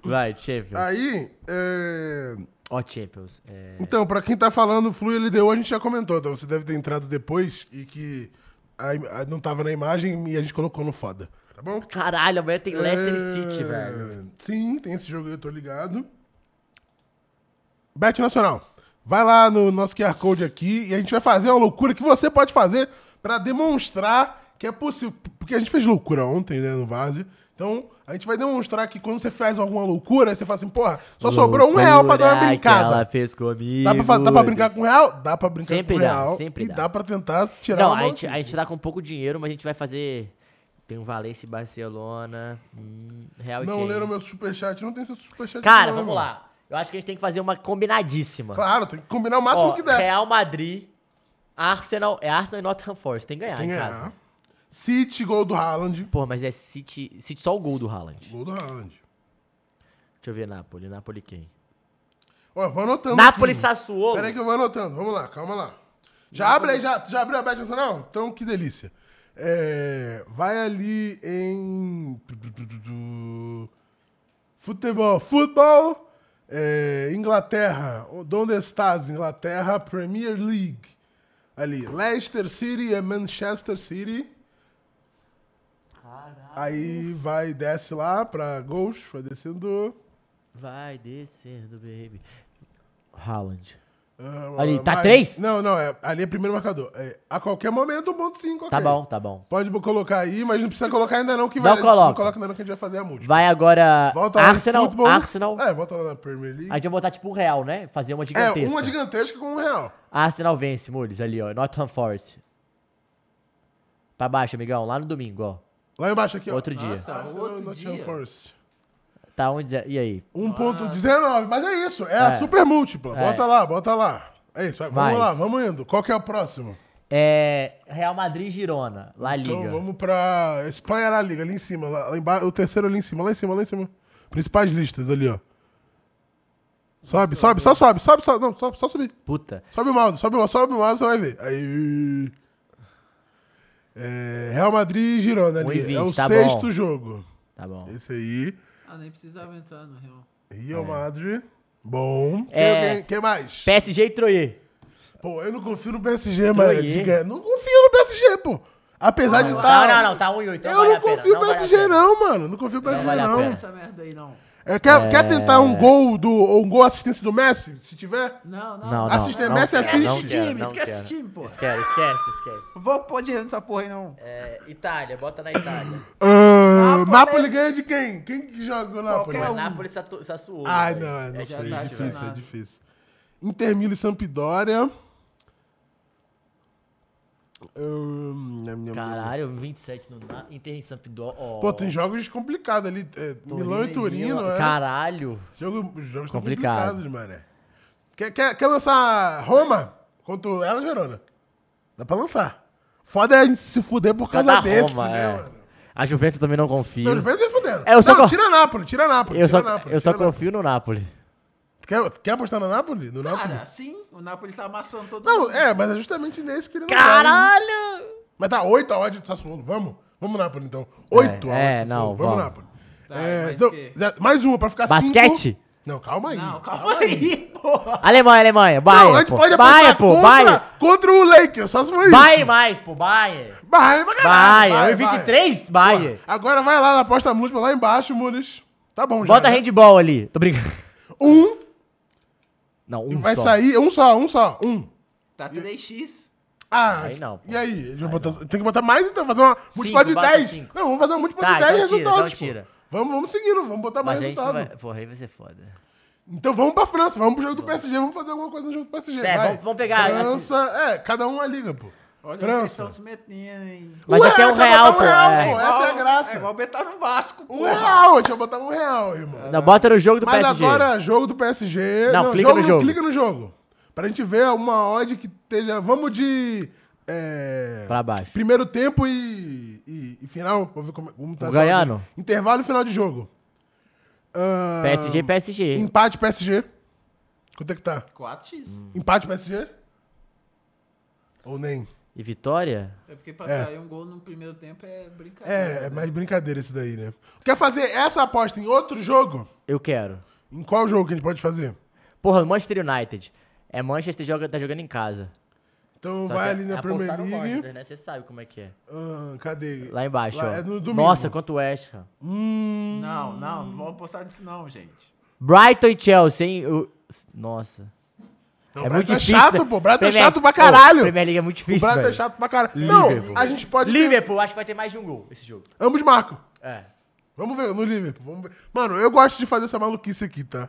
S1: Vai, Champions.
S2: é,
S1: Ó, Champions. É...
S2: Então, pra quem tá falando, o Flu LDU a gente já comentou, então você deve ter entrado depois e que a im- a- não tava na imagem e a gente colocou no foda, tá bom?
S1: Caralho, amanhã tem Leicester
S2: É,
S1: e City, velho.
S2: Sim, tem esse jogo aí, eu tô ligado. Bet Nacional. Vai lá no nosso QR Code aqui e a gente vai fazer uma loucura que você pode fazer pra demonstrar que é possível. Porque a gente fez loucura ontem, né, no Vase. Então, a gente vai demonstrar que quando você faz alguma loucura, você fala assim, porra, só sobrou um real pra dar uma
S1: Loucura que ela
S2: brincada.
S1: fez comigo.
S2: Dá pra, fa- dá pra brincar com real? Dá pra brincar
S1: Sempre
S2: com
S1: dá,
S2: real.
S1: sempre
S2: e
S1: dá.
S2: dá. pra tentar tirar
S1: Não,
S2: uma
S1: a gente, a
S2: maluquice.
S1: gente tá com pouco dinheiro, mas a gente vai fazer... Tem um Valência e Barcelona. Hum, Real e
S2: Não
S1: quem?
S2: leram meu superchat, não tem esse superchat.
S1: Cara,
S2: não,
S1: vamos
S2: mano.
S1: lá. Eu acho que a gente tem que fazer uma combinadíssima.
S2: Claro, tem que combinar o máximo
S1: Ó,
S2: que der.
S1: Real Madrid, Arsenal, é Arsenal e Nottingham Forest. Tem que ganhar
S2: Tem
S1: em
S2: que
S1: casa.
S2: ganhar. City, gol do Haaland.
S1: Porra, mas é City, City só o gol do Haaland.
S2: Gol do Haaland.
S1: Deixa eu ver Napoli. Napoli quem?
S2: Ó, eu vou anotando.
S1: Napoli,
S2: aqui.
S1: Sassuolo.
S2: Peraí que eu vou anotando. Vamos lá, calma lá. Já abre aí, já, já abriu a Bet Nacional? Então, que delícia. É, vai ali em... Futebol. Futebol. é, Inglaterra. Onde estás, Inglaterra? Premier League. Ali, Leicester City e Manchester City. Aí vai, desce lá pra gols, vai descendo.
S1: Vai descendo, baby. Haaland.
S2: Ah,
S1: Ali, tá
S2: mas-
S1: três?
S2: Não, não, é, ali é primeiro marcador. É, a qualquer momento, 1.5, ok.
S1: Tá bom, tá bom.
S2: Pode bo- colocar aí, mas não precisa colocar ainda não, que
S1: Não
S2: vai...
S1: coloca.
S2: Não coloca ainda não, que a gente vai fazer a múltipla.
S1: Vai agora
S2: Volta lá
S1: Arsenal,
S2: no futebol.
S1: Arsenal.
S2: É, volta lá na Premier League.
S1: A gente vai botar tipo um real, né? Fazer uma
S2: É,
S1: gigantesca.
S2: uma gigantesca com um real.
S1: Arsenal vence, Mules, ali, ó. Nottingham Forest. Pra baixo, amigão. Lá no domingo, ó.
S2: Lá embaixo aqui, ó.
S1: Outro dia.
S3: Nossa, outro
S2: Nottingham
S3: dia. Ah.
S2: Forest.
S1: Tá onde... E aí?
S2: 1.19, mas é isso, é, a
S1: É.
S2: super múltipla.
S1: É.
S2: Bota lá, bota lá. É isso, vai, vamos
S1: Vai.
S2: lá, vamos indo. Qual que é o próximo?
S1: É... Real Madrid e Girona. La Liga.
S2: Então vamos pra Espanha na Liga, ali em cima, lá, lá embaixo, o terceiro ali em cima, lá em cima, lá em cima. Principais listas ali, ó. Sobe, sobe, só sobe, sobe, sobe, não, sobe, só subir.
S1: Puta.
S2: Sobe o mouse, sobe o mouse, sobe o mouse, você vai ver. Aí. É, Real Madrid e Girona ali.
S1: 1,20,
S2: é o
S1: tá
S2: sexto
S1: bom.
S2: jogo.
S1: Tá bom.
S2: Esse aí.
S3: Ah, nem precisava entrar no Real.
S2: Real Madrid. Bom.
S1: É.
S2: Quem, alguém- quem mais?
S1: PSG e Troyer.
S2: Pô, eu não confio no PSG, mano.
S1: Troyer.
S2: Diga, não confio no PSG, pô. Apesar de estar.
S1: Não, não, não, tá 1,8.
S2: Eu
S1: vale
S2: não
S1: a pena,
S2: confio no
S1: vale a
S2: PSG,
S1: pena.
S2: não, mano. Não confio no PSG,
S1: vale a
S2: não.
S1: pena.
S3: Essa merda aí, não.
S2: É, quer, quer tentar um gol do, ou um gol assistência do Messi, se tiver?
S3: Não, não.
S1: Não, não.
S2: Assiste,
S1: não
S2: Messi
S1: quero,
S2: assiste.
S1: É, não
S3: Esse
S1: quero,
S3: time,
S1: não
S3: esquece
S1: quero.
S3: esse time, pô.
S1: Esquece, esquece, esquece.
S3: Vou pôr dinheiro nessa porra aí, não.
S1: É, Itália, bota na Itália.
S2: Ah,
S3: Napoli.
S2: Napoli ganha de quem? Quem que joga o Napoli?
S3: Qualquer
S1: Mas
S3: um.
S1: Nápoles Satu- Sassuolo.
S2: É Ai,
S1: velho.
S2: não, não
S1: difícil,
S2: sei, é
S1: velho.
S2: difícil, é difícil. Inter Mila e Sampdoria. Hum, nham, nham, nham.
S1: Caralho, 27 no na... Inter em Sampdoria. ó.
S2: Pô, tem jogos complicados ali. é, Milão e Turino,
S1: Milan.
S2: é.
S1: Caralho.
S2: Jogo, jogos tão
S1: Complicado.
S2: complicados, mané. Quer, quer, quer lançar Roma contra ela, Verona? Dá pra lançar. Foda é a gente se fuder por
S1: Por
S2: causa
S1: causa da
S2: desse,
S1: Roma,
S2: né,
S1: é.
S2: mano?
S1: A Juventus também não confia.
S2: Não, às vezes é fudendo.
S1: É, eu só
S2: não,
S1: co-
S2: tira Nápoles, tira Nápoles,
S1: Eu só,
S2: tira Nápoles.
S1: eu só
S2: tira Nápoles.
S1: confio no Napoli.
S2: Quer, quer apostar na Nápoles? No
S3: Cara,
S2: Nápoles?
S3: sim, o Napoli tá amassando todo
S2: Não,
S3: mundo.
S2: é, mas é justamente nesse que ele não tá, né?
S1: Caralho!
S2: Mas tá 8 a odd do Sassuolo, vamos? Vamos Nápoles, então. 8 a odd
S1: é,
S2: do Sassuolo,
S1: não,
S2: vamos
S1: vamos.
S2: Nápoles.
S3: Tá,
S2: É,
S3: mas
S2: então,
S3: que-
S2: já- mais uma pra ficar
S1: Basquete?
S2: Cinco. Não, calma aí.
S3: Não, calma aí, porra.
S1: Alemanha, Alemanha. Bayern,
S2: não, a gente
S1: pô.
S2: pode apostar
S1: Bayern, pô.
S2: contra,
S1: Bayern.
S2: contra o Lakers, só se for isso.
S1: Bayern mais, pô. Bayern.
S2: Bayern, pra caralho,
S1: Bayern. 23, Bayern.
S2: Porra, Agora vai lá na aposta múltipla, lá embaixo, Mules. Tá bom já.
S1: Bota
S2: né?
S1: handball ali. Tô brincando.
S2: Um,
S1: Não,
S2: e
S1: um
S2: vai
S1: só.
S2: sair, um só, um só, um.
S3: Tá 3x.
S2: Ah,
S1: Aí não, pô.
S2: E aí? Eles vão botar- Tem que botar mais então, fazer uma múltipla de
S1: bota
S2: 10.
S1: cinco.
S2: Não, vamos fazer uma múltipla
S1: Tá,
S2: de 10
S1: então tira,
S2: resultados.
S1: então tira.
S2: Pô. Vamos, vamos seguindo, vamos botar mais
S1: Mas a gente não
S2: resultado.
S1: vai... Porra, aí vai ser foda.
S2: Então vamos pra França, vamos pro jogo do PSG, vamos fazer alguma coisa no jogo do PSG.
S1: É,
S2: vai.
S1: vamos- vamos pegar,
S2: França, é, cada um a liga, pô.
S3: Olha onde vocês
S2: França.
S3: estão se metendo, hein.
S1: Mas
S2: Ué,
S1: esse é um
S2: deixa eu
S1: real,
S2: botar um
S1: pô.
S2: real,
S1: é.
S2: pô. Essa é a graça.
S3: É igual betar no Vasco,
S2: Um
S3: pô.
S2: real, deixa eu botar um real, irmão.
S1: Não, bota no jogo do
S2: Mas
S1: PSG.
S2: agora, jogo do PSG.
S1: Não, clica no
S2: não,
S1: jogo.
S2: Clica no jogo. Pra gente ver uma odd que esteja. Vamos de. É,
S1: Pra baixo.
S2: Primeiro tempo e, e, e final. Vamos ver como, como tá essa
S1: Ganhando.
S2: odd. Intervalo e final de jogo. Ahn,
S1: PSG, PSG.
S2: Empate PSG. Quanto é que tá?
S3: 4x.
S2: Empate PSG? Ou nem?
S1: E vitória?
S3: É porque pra sair um gol no primeiro tempo é brincadeira.
S2: É, é mais brincadeira isso daí, né? Quer fazer essa aposta em outro jogo?
S1: Eu quero.
S2: Em qual jogo que a gente pode fazer?
S1: Porra, Manchester United. É Manchester joga, tá jogando em casa.
S2: Então
S1: Só
S2: vai
S1: que
S2: ali na
S1: apostar
S2: Premier
S1: no
S2: League.
S1: Manchester, né? Você sabe como é que é.
S2: Ah, cadê?
S1: Lá embaixo, ó.
S2: é no domingo.
S1: Nossa, quanto West Ham.
S3: Não, não, não vamos postar nisso não, gente.
S1: Brighton e Chelsea, hein? Eu- Nossa.
S2: Não,
S1: é
S2: Brighton
S1: muito
S2: é
S1: difícil.
S2: chato,
S1: né?
S2: pô. Brighton é
S1: Premier-
S2: chato pra
S1: Pô,
S2: caralho.
S1: Premier League é muito
S2: O
S1: difícil,
S2: Brighton é
S1: velho.
S2: chato pra caralho. Não, a gente pode. ter-
S1: Liverpool, acho que vai ter mais de um gol esse jogo.
S2: Ambos marcam.
S1: É.
S2: Vamos ver, no Liverpool. Vamos ver. Mano, eu gosto de fazer essa maluquice aqui, tá?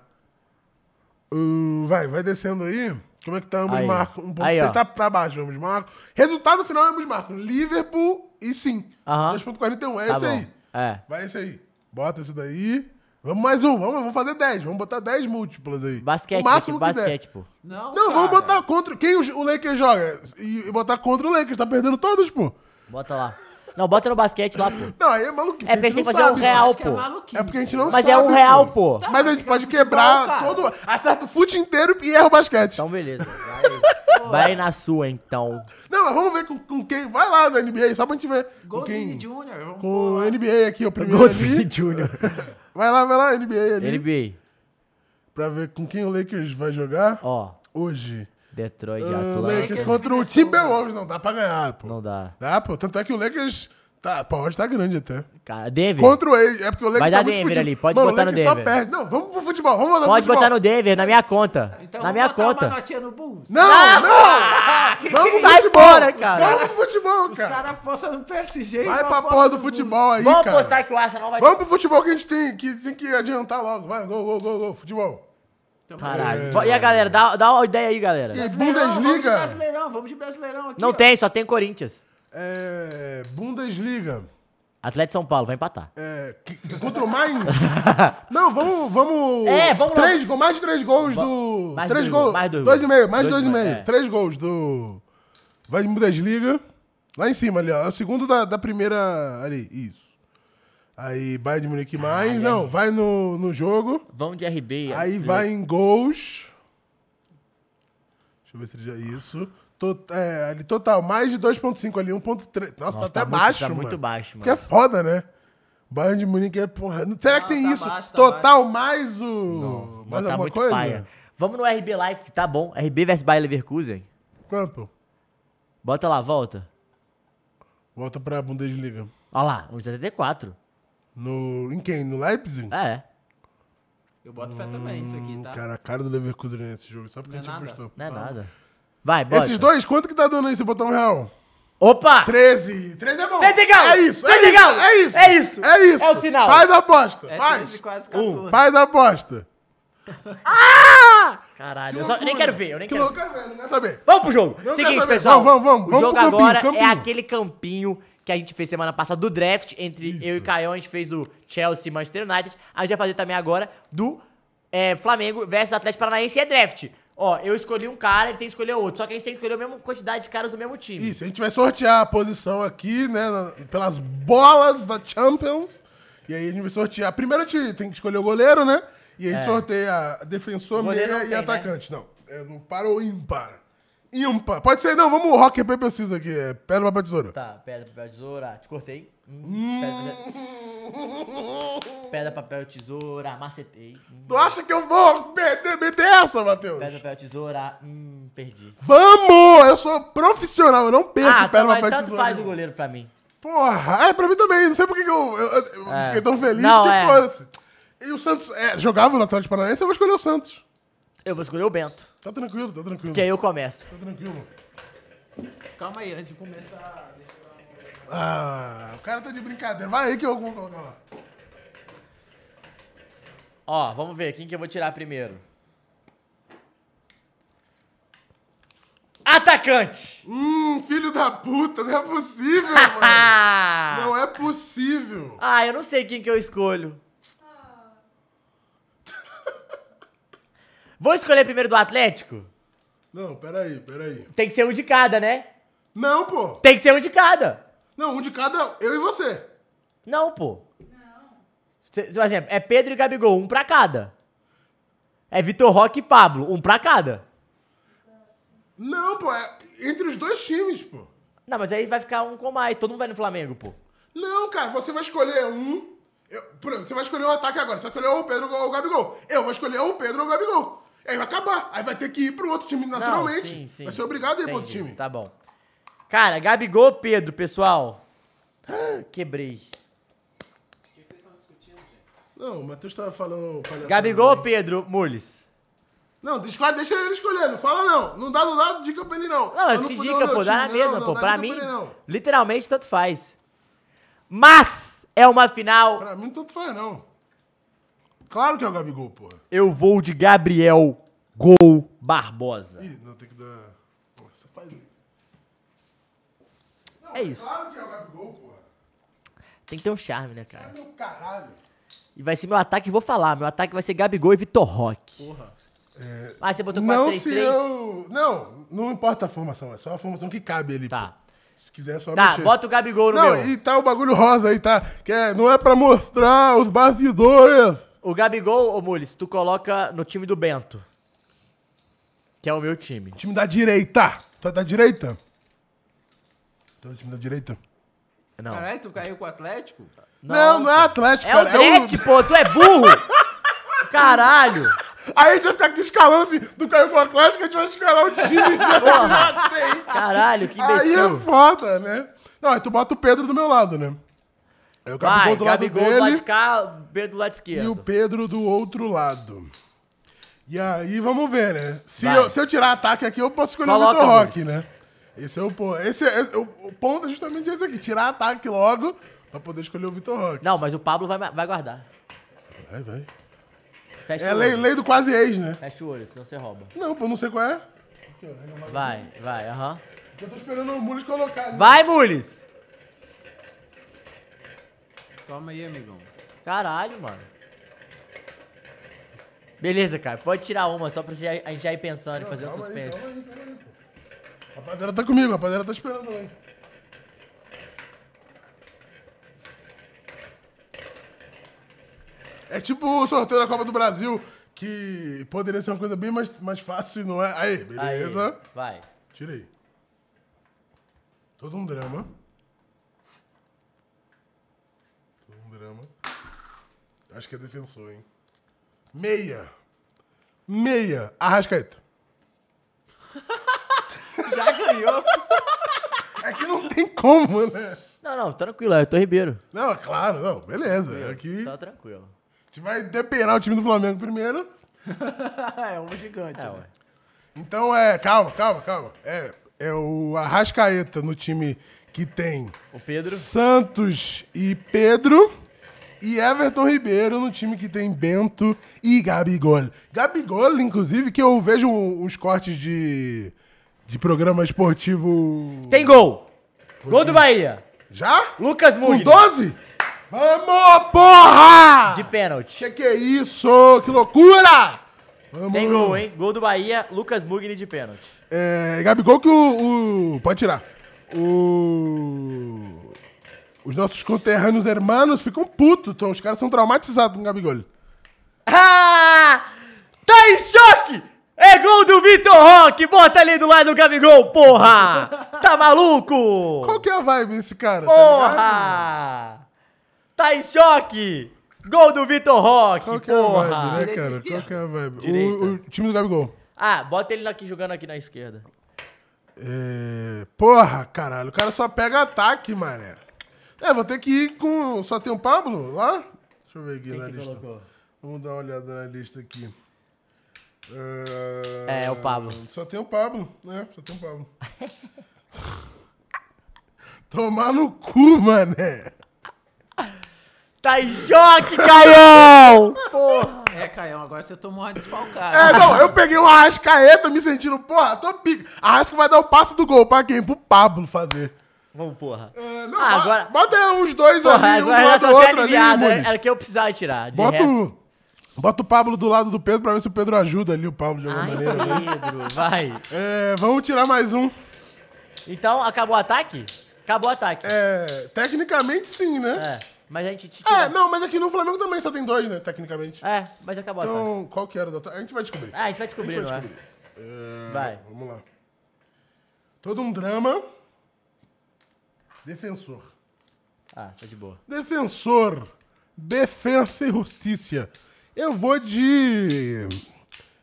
S2: Hum, vai, vai descendo aí. Como é que tá ambos
S1: Aí.
S2: marcam?
S1: Aí,
S2: 1.6
S1: ó.
S2: tá pra baixo, ambos marcam. Resultado final, é ambos marcam. Liverpool e sim.
S1: Aham.
S2: 2.41, é
S1: Tá
S2: esse
S1: bom.
S2: aí.
S1: É.
S2: Vai esse aí. Bota esse daí. Vamos mais um. Vamos, vamos fazer 10. Vamos botar 10 múltiplas aí.
S1: Basquete,
S2: O máximo
S1: basquete,
S2: que der.
S1: basquete, pô.
S3: Não,
S2: Não,
S3: cara.
S2: vamos botar contra. Quem o, o Lakers joga? E, e botar contra o Lakers. Tá perdendo todas, pô.
S1: Bota lá. Não, bota no basquete lá, pô.
S2: Não, aí é maluquice.
S1: É, porque
S2: a
S1: tem
S2: gente
S1: que
S2: não
S1: fazer um
S2: sabe,
S1: real,
S3: Acho que é
S1: pô.
S3: maluquice.
S2: É porque a gente não
S1: Mas
S2: sabe.
S1: é um real, pô.
S3: Tá,
S2: Mas a
S3: mas
S2: gente
S3: é
S2: pode
S3: futebol,
S2: quebrar
S3: cara.
S2: todo. Acerta o fute inteiro e erra o basquete.
S1: Então, beleza. Vai, vai na sua, então.
S2: Não, mas vamos ver com, com quem. Vai lá na NBA, só pra gente ver. Com
S3: Gol do
S2: quem.
S3: Vini Jr., vamos
S2: Com
S3: pôr
S2: o
S3: lá.
S2: NBA aqui, o primeiro.
S1: Gol do
S2: ali.
S1: Vini Jr.
S2: Vai lá, vai lá, NBA ali.
S1: NBA.
S2: Pra ver com quem o Lakers vai jogar
S1: Ó,
S2: hoje.
S1: Detroit,
S2: Ah,
S1: Atlanta.
S2: Lakers contra o Timberwolves. Não, dá pra ganhar, pô.
S1: Não dá.
S2: Dá, pô. Tanto é que o Lakers. Tá, pô, hoje tá grande até.
S1: Cara, Denver.
S2: Contra o Lakers. É porque o Lakers
S1: Vai
S2: tá
S1: dar
S2: muito
S1: Denver
S2: fudido.
S1: ali, pode
S2: Mano,
S1: botar
S2: o
S1: no
S2: Lakers só
S1: Denver.
S2: perde. Não, vamos pro futebol. Vamos mandar
S1: Pode
S2: pro futebol.
S1: botar no Denver, na minha conta.
S3: Então,
S1: na
S3: vamos
S1: minha
S3: botar uma
S1: conta.
S3: notinha no Bulls.
S2: Não, não! Vamos pro
S1: Ah! Sai
S2: futebol.
S1: fora,
S2: Os
S1: cara.
S2: Vamos pro futebol,
S3: Os
S2: cara.
S3: caras apostam no PSG. e
S2: Vai
S3: não
S2: pra
S3: apostam
S2: porra do
S3: no Bulls.
S2: futebol aí,
S1: Vamos
S2: cara.
S1: apostar que o Arsenal vai...
S2: Vamos pro futebol que a gente tem que, tem que adiantar logo. Vai, gol, gol, gol, gol. Futebol.
S3: Então,
S1: Caralho. E a galera? Dá, dá uma ideia aí, galera.
S2: É. E aí,
S3: Brasileirão, Vamos de
S2: Bundesliga.
S3: Brasileirão, vamos de Brasileirão aqui.
S1: Não
S3: ó.
S1: tem, só tem Corinthians.
S2: É, Bundesliga.
S1: Atlético São Paulo, vai empatar.
S2: É, que- que- contra o Mainz. Não, vamos, vamos.
S1: É, vamos lá.
S2: três, go- Mais de três gols do.
S1: mais
S2: três
S1: dois
S2: gols.
S1: gols, mais dois
S2: dois e
S1: gols.
S2: meio, mais
S1: Dois
S2: dois, e
S1: e
S2: meio.
S1: meio, é.
S2: Três gols do. Vai de Bundesliga. Lá em cima ali, ó. É o segundo da, da primeira ali. Isso. Aí, Bayern de Munique mais. Não, vai no, no jogo.
S1: Vamos de RB.
S2: Aí vai em gols. Deixa eu ver se ele já. Isso. Tot- é, ali, total, mais de 2,5 ali, 1,3. Nossa, tá
S1: Nossa,
S2: até
S1: tá muito-
S2: baixo,
S1: tá
S2: mano.
S1: muito baixo, mano.
S2: Porque é foda, né? Bayern de Munique é porra. Não- Será que tem
S3: tá
S2: isso?
S3: baixo, tá
S2: total mais o.
S1: Mas
S2: mais
S1: tá
S2: alguma
S1: muito
S2: coisa?
S1: paia. Vamos no RB lá, que tá bom. RB versus Bayer Leverkusen.
S2: Quanto?
S1: Bota lá, volta.
S2: Volta pra Bundesliga.
S1: Olha lá, 1,74.
S2: No, em quem? No Leipzig?
S1: É,
S3: Eu boto fé também nisso aqui, tá?
S2: Cara, a cara do Leverkusen ganhar esse jogo, só porque a
S3: Não é
S2: gente
S3: nada.
S2: apostou.
S1: não é nada. Vai, bota.
S2: Esses dois, quanto que tá dando aí se botar um real?
S1: Opa!
S2: 13. 13 é bom.
S1: 13 galo.
S2: É isso.
S1: 13
S2: é isso,
S1: galo.
S2: É isso.
S1: É isso.
S2: É isso.
S1: É o sinal.
S2: Faz a aposta.
S3: É
S2: faz.
S3: 13, quase
S2: Um,
S3: 14.
S2: faz a aposta.
S1: Caralho,
S2: Que
S1: eu só- nem
S2: loucura.
S1: quero ver, eu nem
S2: que
S1: quero
S2: loucura, velho, não quero saber.
S1: Vamos pro jogo.
S2: Não quero
S1: Seguinte,
S2: saber.
S1: pessoal.
S2: Vamos, vamos, vamos.
S1: O jogo
S2: pro campinho,
S1: agora é
S2: campinho.
S1: aquele campinho que a gente fez semana passada do draft entre eu e o Caio. A gente fez do Chelsea e Manchester United. A gente vai fazer também agora do é, Flamengo versus Atlético Paranaense e é draft. Ó, eu escolhi um cara, ele tem que escolher outro. Só que a gente tem que escolher a mesma quantidade de caras do mesmo time.
S2: Isso, a gente vai sortear a posição aqui, né? na- Pelas bolas da Champions. E aí a gente vai sortear. Primeiro a gente tem que escolher o goleiro, né? E
S1: É.
S2: aí a gente sorteia defensor,
S1: Goleiro
S2: meia
S1: não
S2: e
S1: tem, né?
S2: atacante. Não, é no par ou ímpar. Ímpar. Pode ser, não, vamos rock, paper, scissors aqui. É pedra, papel, tesoura.
S1: Tá, pedra, papel, tesoura. Te cortei. Hum, Pedra, pedra, papel, tesoura. Macetei. Hum,
S2: Tu acha que eu vou meter, meter essa, Matheus?
S1: pedra, papel, tesoura. Hum, perdi.
S2: Vamos! Eu sou profissional, eu não perco
S1: Ah,
S2: pedra,
S1: então, mas
S2: papel,
S1: tanto
S2: tesoura.
S1: faz o goleiro pra mim.
S2: Porra, é pra mim também. Não sei por que que eu, eu- eu- eu
S1: É.
S2: fiquei tão feliz
S1: Não,
S2: que
S1: é.
S2: foda-se. E o Santos é, jogava no Atlético Paranaense, eu vou escolher o Santos.
S1: Eu vou escolher o Bento.
S2: Tá tranquilo, tá tranquilo.
S1: Que aí eu começo.
S2: Tá tranquilo.
S3: Calma aí, antes de começar.
S2: Ah, o cara tá de brincadeira. Vai aí que eu vou colocar lá.
S1: Ó, vamos ver quem que eu vou tirar primeiro. Atacante!
S2: Hum, filho da puta, não é possível, mano.
S1: Ah!
S2: Não é possível.
S1: Ah, eu não sei quem que eu escolho. Vou escolher primeiro do Atlético?
S2: Não, peraí, peraí.
S1: Tem que ser um de cada, né?
S2: Não, pô.
S1: Tem que ser um de cada.
S2: Não, um de cada, eu e você.
S1: Não, pô. Não. Por exemplo, é Pedro e Gabigol, um pra cada. É Vitor Roque e Pablo, um pra cada.
S2: Não, pô, é entre os dois times, pô.
S1: Não, mas aí vai ficar um com mais. Todo mundo vai no Flamengo, pô.
S2: Não, cara, você vai escolher um. Eu- por exemplo, você vai escolher o ataque agora. Você vai escolher ou o Pedro ou o Gabigol. Eu vou escolher ou o Pedro ou o Gabigol. Aí vai acabar. Aí vai ter que ir pro outro time naturalmente.
S1: sim, sim.
S2: Vai ser obrigado a ir pro outro
S1: Entendi,
S2: time.
S1: Tá bom. Cara, Gabigol, Pedro, pessoal. Ah, Quebrei.
S2: Não, o Matheus tava falando palhaçada.
S1: Gabigol, Pedro, Mules.
S2: Não, escolhe, deixa ele escolher. Não fala não. Não dá, não dá dica pra ele não.
S1: Não, mas
S2: Pra
S1: que
S2: fuder
S1: dica,
S2: o
S1: pô.
S2: meu
S1: Dá na
S2: time. Não,
S1: mesma,
S2: não
S1: pô.
S2: dá
S1: Pra
S2: dica
S1: mim,
S2: ele, não.
S1: literalmente, tanto faz. Mas é uma final.
S2: Pra mim, tanto faz não. Claro que é o Gabigol, porra.
S1: Eu vou de Gabriel Gol Barbosa.
S2: Ih, não, tem que dar... Nossa, faz... um.
S1: É isso.
S2: Claro que é o Gabigol, porra.
S1: Tem que ter um charme, né, cara?
S2: Meu caralho.
S1: E vai ser meu ataque, eu vou falar. Meu ataque vai ser Gabigol e Vitor Roque. Porra. Ah, você botou
S2: Não se
S1: 4-3-3?
S2: eu... Não, não importa a formação, é só a formação que cabe ali.
S1: Tá.
S2: pô. Se quiser, é só
S1: Tá,
S2: mexer.
S1: bota o Gabigol no
S2: Não,
S1: meu.
S2: e tá o bagulho rosa aí, tá? Que é, não é pra mostrar os bastidores.
S1: O Gabigol, ô Mules, tu coloca no time do Bento. Que é o meu time.
S2: Time da direita. Tu é da direita? Tu é do time da direita?
S1: Não.
S3: Caralho, tu caiu com o Atlético?
S2: Não, não, é Atlético,
S1: É o
S2: cara.
S1: draft, pô, tu é burro! Caralho!
S2: Aí a gente vai ficar aqui escalando assim, do Caio com o Atlético, a gente vai escalar o time. já tem.
S1: Caralho, que
S2: Aí
S1: imbecil.
S2: é foda, né? Não, aí tu bota o Pedro do meu lado, né? Aí o
S1: Vai,
S2: Gabigol do lado
S1: Gabigol
S2: dele.
S1: do lado de cá, Pedro do lado
S2: e o
S1: esquerdo.
S2: Pedro do outro lado. E aí vamos ver, né? Se,
S1: Vai.
S2: eu, se eu tirar ataque aqui, eu posso escolher
S1: Coloca,
S2: o Vitor
S1: Luiz.
S2: Roque, né? Esse é o ponto. Esse, é- esse- o, o ponto é justamente esse aqui: tirar ataque logo pra poder escolher o Vitor Roque.
S1: Não, mas o Pablo vai, vai guardar.
S2: Vai, vai.
S1: Fecha
S2: É
S1: o
S2: lei,
S1: olho.
S2: lei do quase ex, né?
S1: Fecha o olho, senão você rouba.
S2: Não, pô, não sei qual é.
S1: Vai, vai, aham.
S2: Eu tô esperando o Mules colocar. né? ali.
S1: Vai, Mules!
S3: Calma aí, amigão.
S1: Caralho, mano. Beleza, cara, pode tirar uma só pra você já- a gente já ir pensando e fazer um
S2: Calma aí,
S1: suspense.
S2: calma aí, calma aí, pô. A rapaziada tá comigo, a rapaziada tá esperando aí. É tipo o sorteio da Copa do Brasil, que poderia ser uma coisa bem mais, mais fácil, não é? Aí,
S1: Aí,
S2: beleza.
S1: vai.
S2: Tirei. Todo um drama. Todo um drama. Acho que é defensor, hein? Meia. Meia. Arrascaeta.
S3: Já ganhou?
S2: É que não tem como, né?
S1: Não, não, tranquilo, eu tô Ribeiro.
S2: Não, é claro, não. Beleza. Aqui
S1: Tá tranquilo.
S2: a gente vai depenar o time do Flamengo primeiro.
S3: é um gigante.
S1: É,
S3: né?
S1: ué.
S2: Então é. Calma, calma, calma. É, é o Arrascaeta no time que tem
S1: O Pedro.
S2: Santos e Pedro. E Everton Ribeiro no time que tem Bento e Gabigol. Gabigol, inclusive, que eu vejo um, uns cortes de, de programa esportivo.
S1: Tem gol. Gol do Bahia.
S2: Já?
S1: Lucas
S2: Com
S1: Mugni.
S2: 12? Vamos, porra!
S1: De pênalti.
S2: Que que é isso? Que loucura! Vamos.
S1: Tem gol, hein? Gol do Bahia, Lucas Mugni de pênalti.
S2: É, Gabigol que o, o- Pode tirar. O... Os nossos conterrâneos hermanos ficam putos. Então, os caras são traumatizados com o Gabigol.
S1: Ah! Tá em choque! É gol do Vitor Roque! Bota ali do lado do Gabigol, porra! Tá maluco?
S2: Qual que é a vibe desse cara? tá ligado?
S1: Porra! Tá em choque! Gol do Vitor Roque,
S2: Qual que é a
S1: porra!
S2: vibe, né, cara? Qual que é a vibe?
S1: Direita.
S2: O, o time do Gabigol.
S1: Ah, bota ele aqui jogando aqui na esquerda.
S2: É... Porra, caralho. O cara só pega ataque, mané. É, vou ter que ir com... Só tem o Pablo lá? Deixa eu ver aqui na lista. Vamos dar uma olhada na lista aqui. Ah,
S1: É, o Pablo.
S2: Só tem o Pablo, né? Só tem o Pablo. Tomar no cu, mané.
S1: Tá em choque, Caião!
S3: É, Caião, agora você tomou uma
S2: É,
S3: desfalcada.
S2: não, eu peguei o Arrascaeta me sentindo, porra, tô pica. Arrasca vai dar o passe do gol pra quem? Pro Pablo fazer.
S1: Vamos, porra.
S2: É, não,
S1: Ah,
S2: bo-
S1: agora-
S2: Bota aí os dois
S1: Porra,
S2: ali, um do
S1: agora eu
S2: lado
S1: tô
S2: do
S1: até
S2: outro ali,
S1: aliviado.
S2: Muniz.
S1: Era o que eu precisava tirar. De
S2: Bota
S1: resto-
S2: o, bota o Pablo do lado do Pedro pra ver se o Pedro ajuda ali o Pablo de alguma
S1: Ai,
S2: maneira. né?
S1: Pedro, vai.
S2: É, vamos tirar mais um.
S1: Então, acabou o ataque? Acabou o ataque. É.
S2: É, tecnicamente sim, né?
S1: Mas a gente te
S2: É,
S1: tira.
S2: não, mas aqui no Flamengo também só tem dois, né? Tecnicamente.
S1: É, mas acabou o ataque.
S2: Então, qual que era o da... A gente vai descobrir.
S1: Ah, a gente vai descobrir,
S2: A gente vai
S1: não é?
S2: É,
S1: Vai.
S2: Vamos lá. Todo um drama. Defensor.
S1: Ah, tá de boa.
S2: Defensor. Defensa e Justiça. Eu vou de.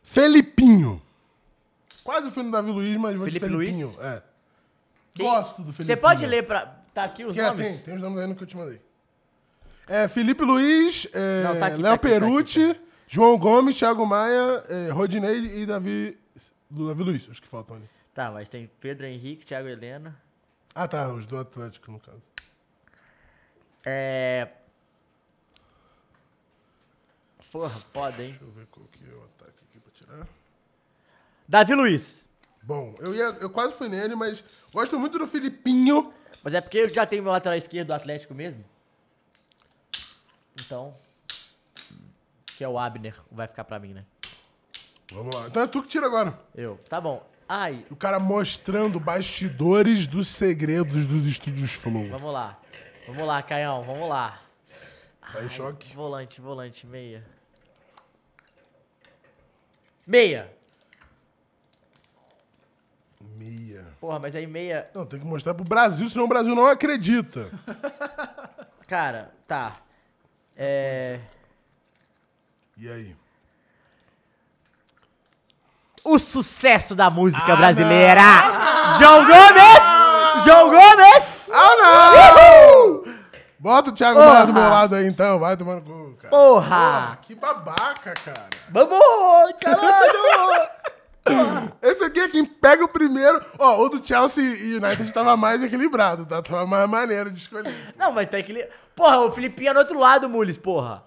S2: Felipinho. Quase fui no Davi Luiz, mas vou
S1: Felipe
S2: de
S1: Luiz?
S2: Felipinho. É.
S1: Quem-
S2: Gosto do Felipinho.
S1: Você pode ler pra. Tá aqui os
S2: Quer, é tem,
S1: nomes?
S2: tem os nomes aí no que eu te mandei. É Felipe Luiz, é,
S1: Não, tá aqui, tá
S2: Léo
S1: aqui, tá
S2: Perucci, João Gomes, Thiago Maia, é, Rodinei e Davi, do Davi Luiz, os que faltam ali.
S1: Tá, mas tem Pedro Henrique, Thiago Helena.
S2: Ah, tá, os do Atlético, no caso.
S1: É. Porra, foda, hein?
S2: Deixa eu ver qual que é o ataque aqui pra tirar.
S1: Davi Luiz.
S2: Bom, eu, ia, eu quase fui nele, mas gosto muito do Filipinho.
S1: Mas é porque eu já tenho meu lateral esquerdo do Atlético mesmo. Então. Que é o Abner, vai ficar pra mim, né?
S2: Vamos lá. Então é tu que tira agora.
S1: Eu. Tá bom. Ai,
S2: O cara mostrando bastidores dos segredos dos estúdios Flow.
S1: vamos lá. Vamos lá, Caião, vamos lá.
S2: Tá em choque?
S1: Volante, volante, meia. Meia!
S2: Meia.
S1: Porra, mas aí meia.
S2: Não, tem que mostrar pro Brasil, senão o Brasil não acredita.
S1: Cara, tá. É.
S2: E aí?
S1: o sucesso da música brasileira. João Gomes! João Gomes!
S2: Ah, não! Bota o Thiago
S1: Porra!
S2: Maia do meu lado aí, então. Vai tomar no cu, cara.
S1: Porra!
S2: Que babaca, cara.
S1: Vamos, caralho!
S2: Esse aqui é quem pega o primeiro. Ó, o do Chelsea e United tava mais equilibrado, tá? Tava mais maneiro de escolher.
S1: Não, mas tem que... li- Porra, o Filipinho é do outro lado, Mules, porra.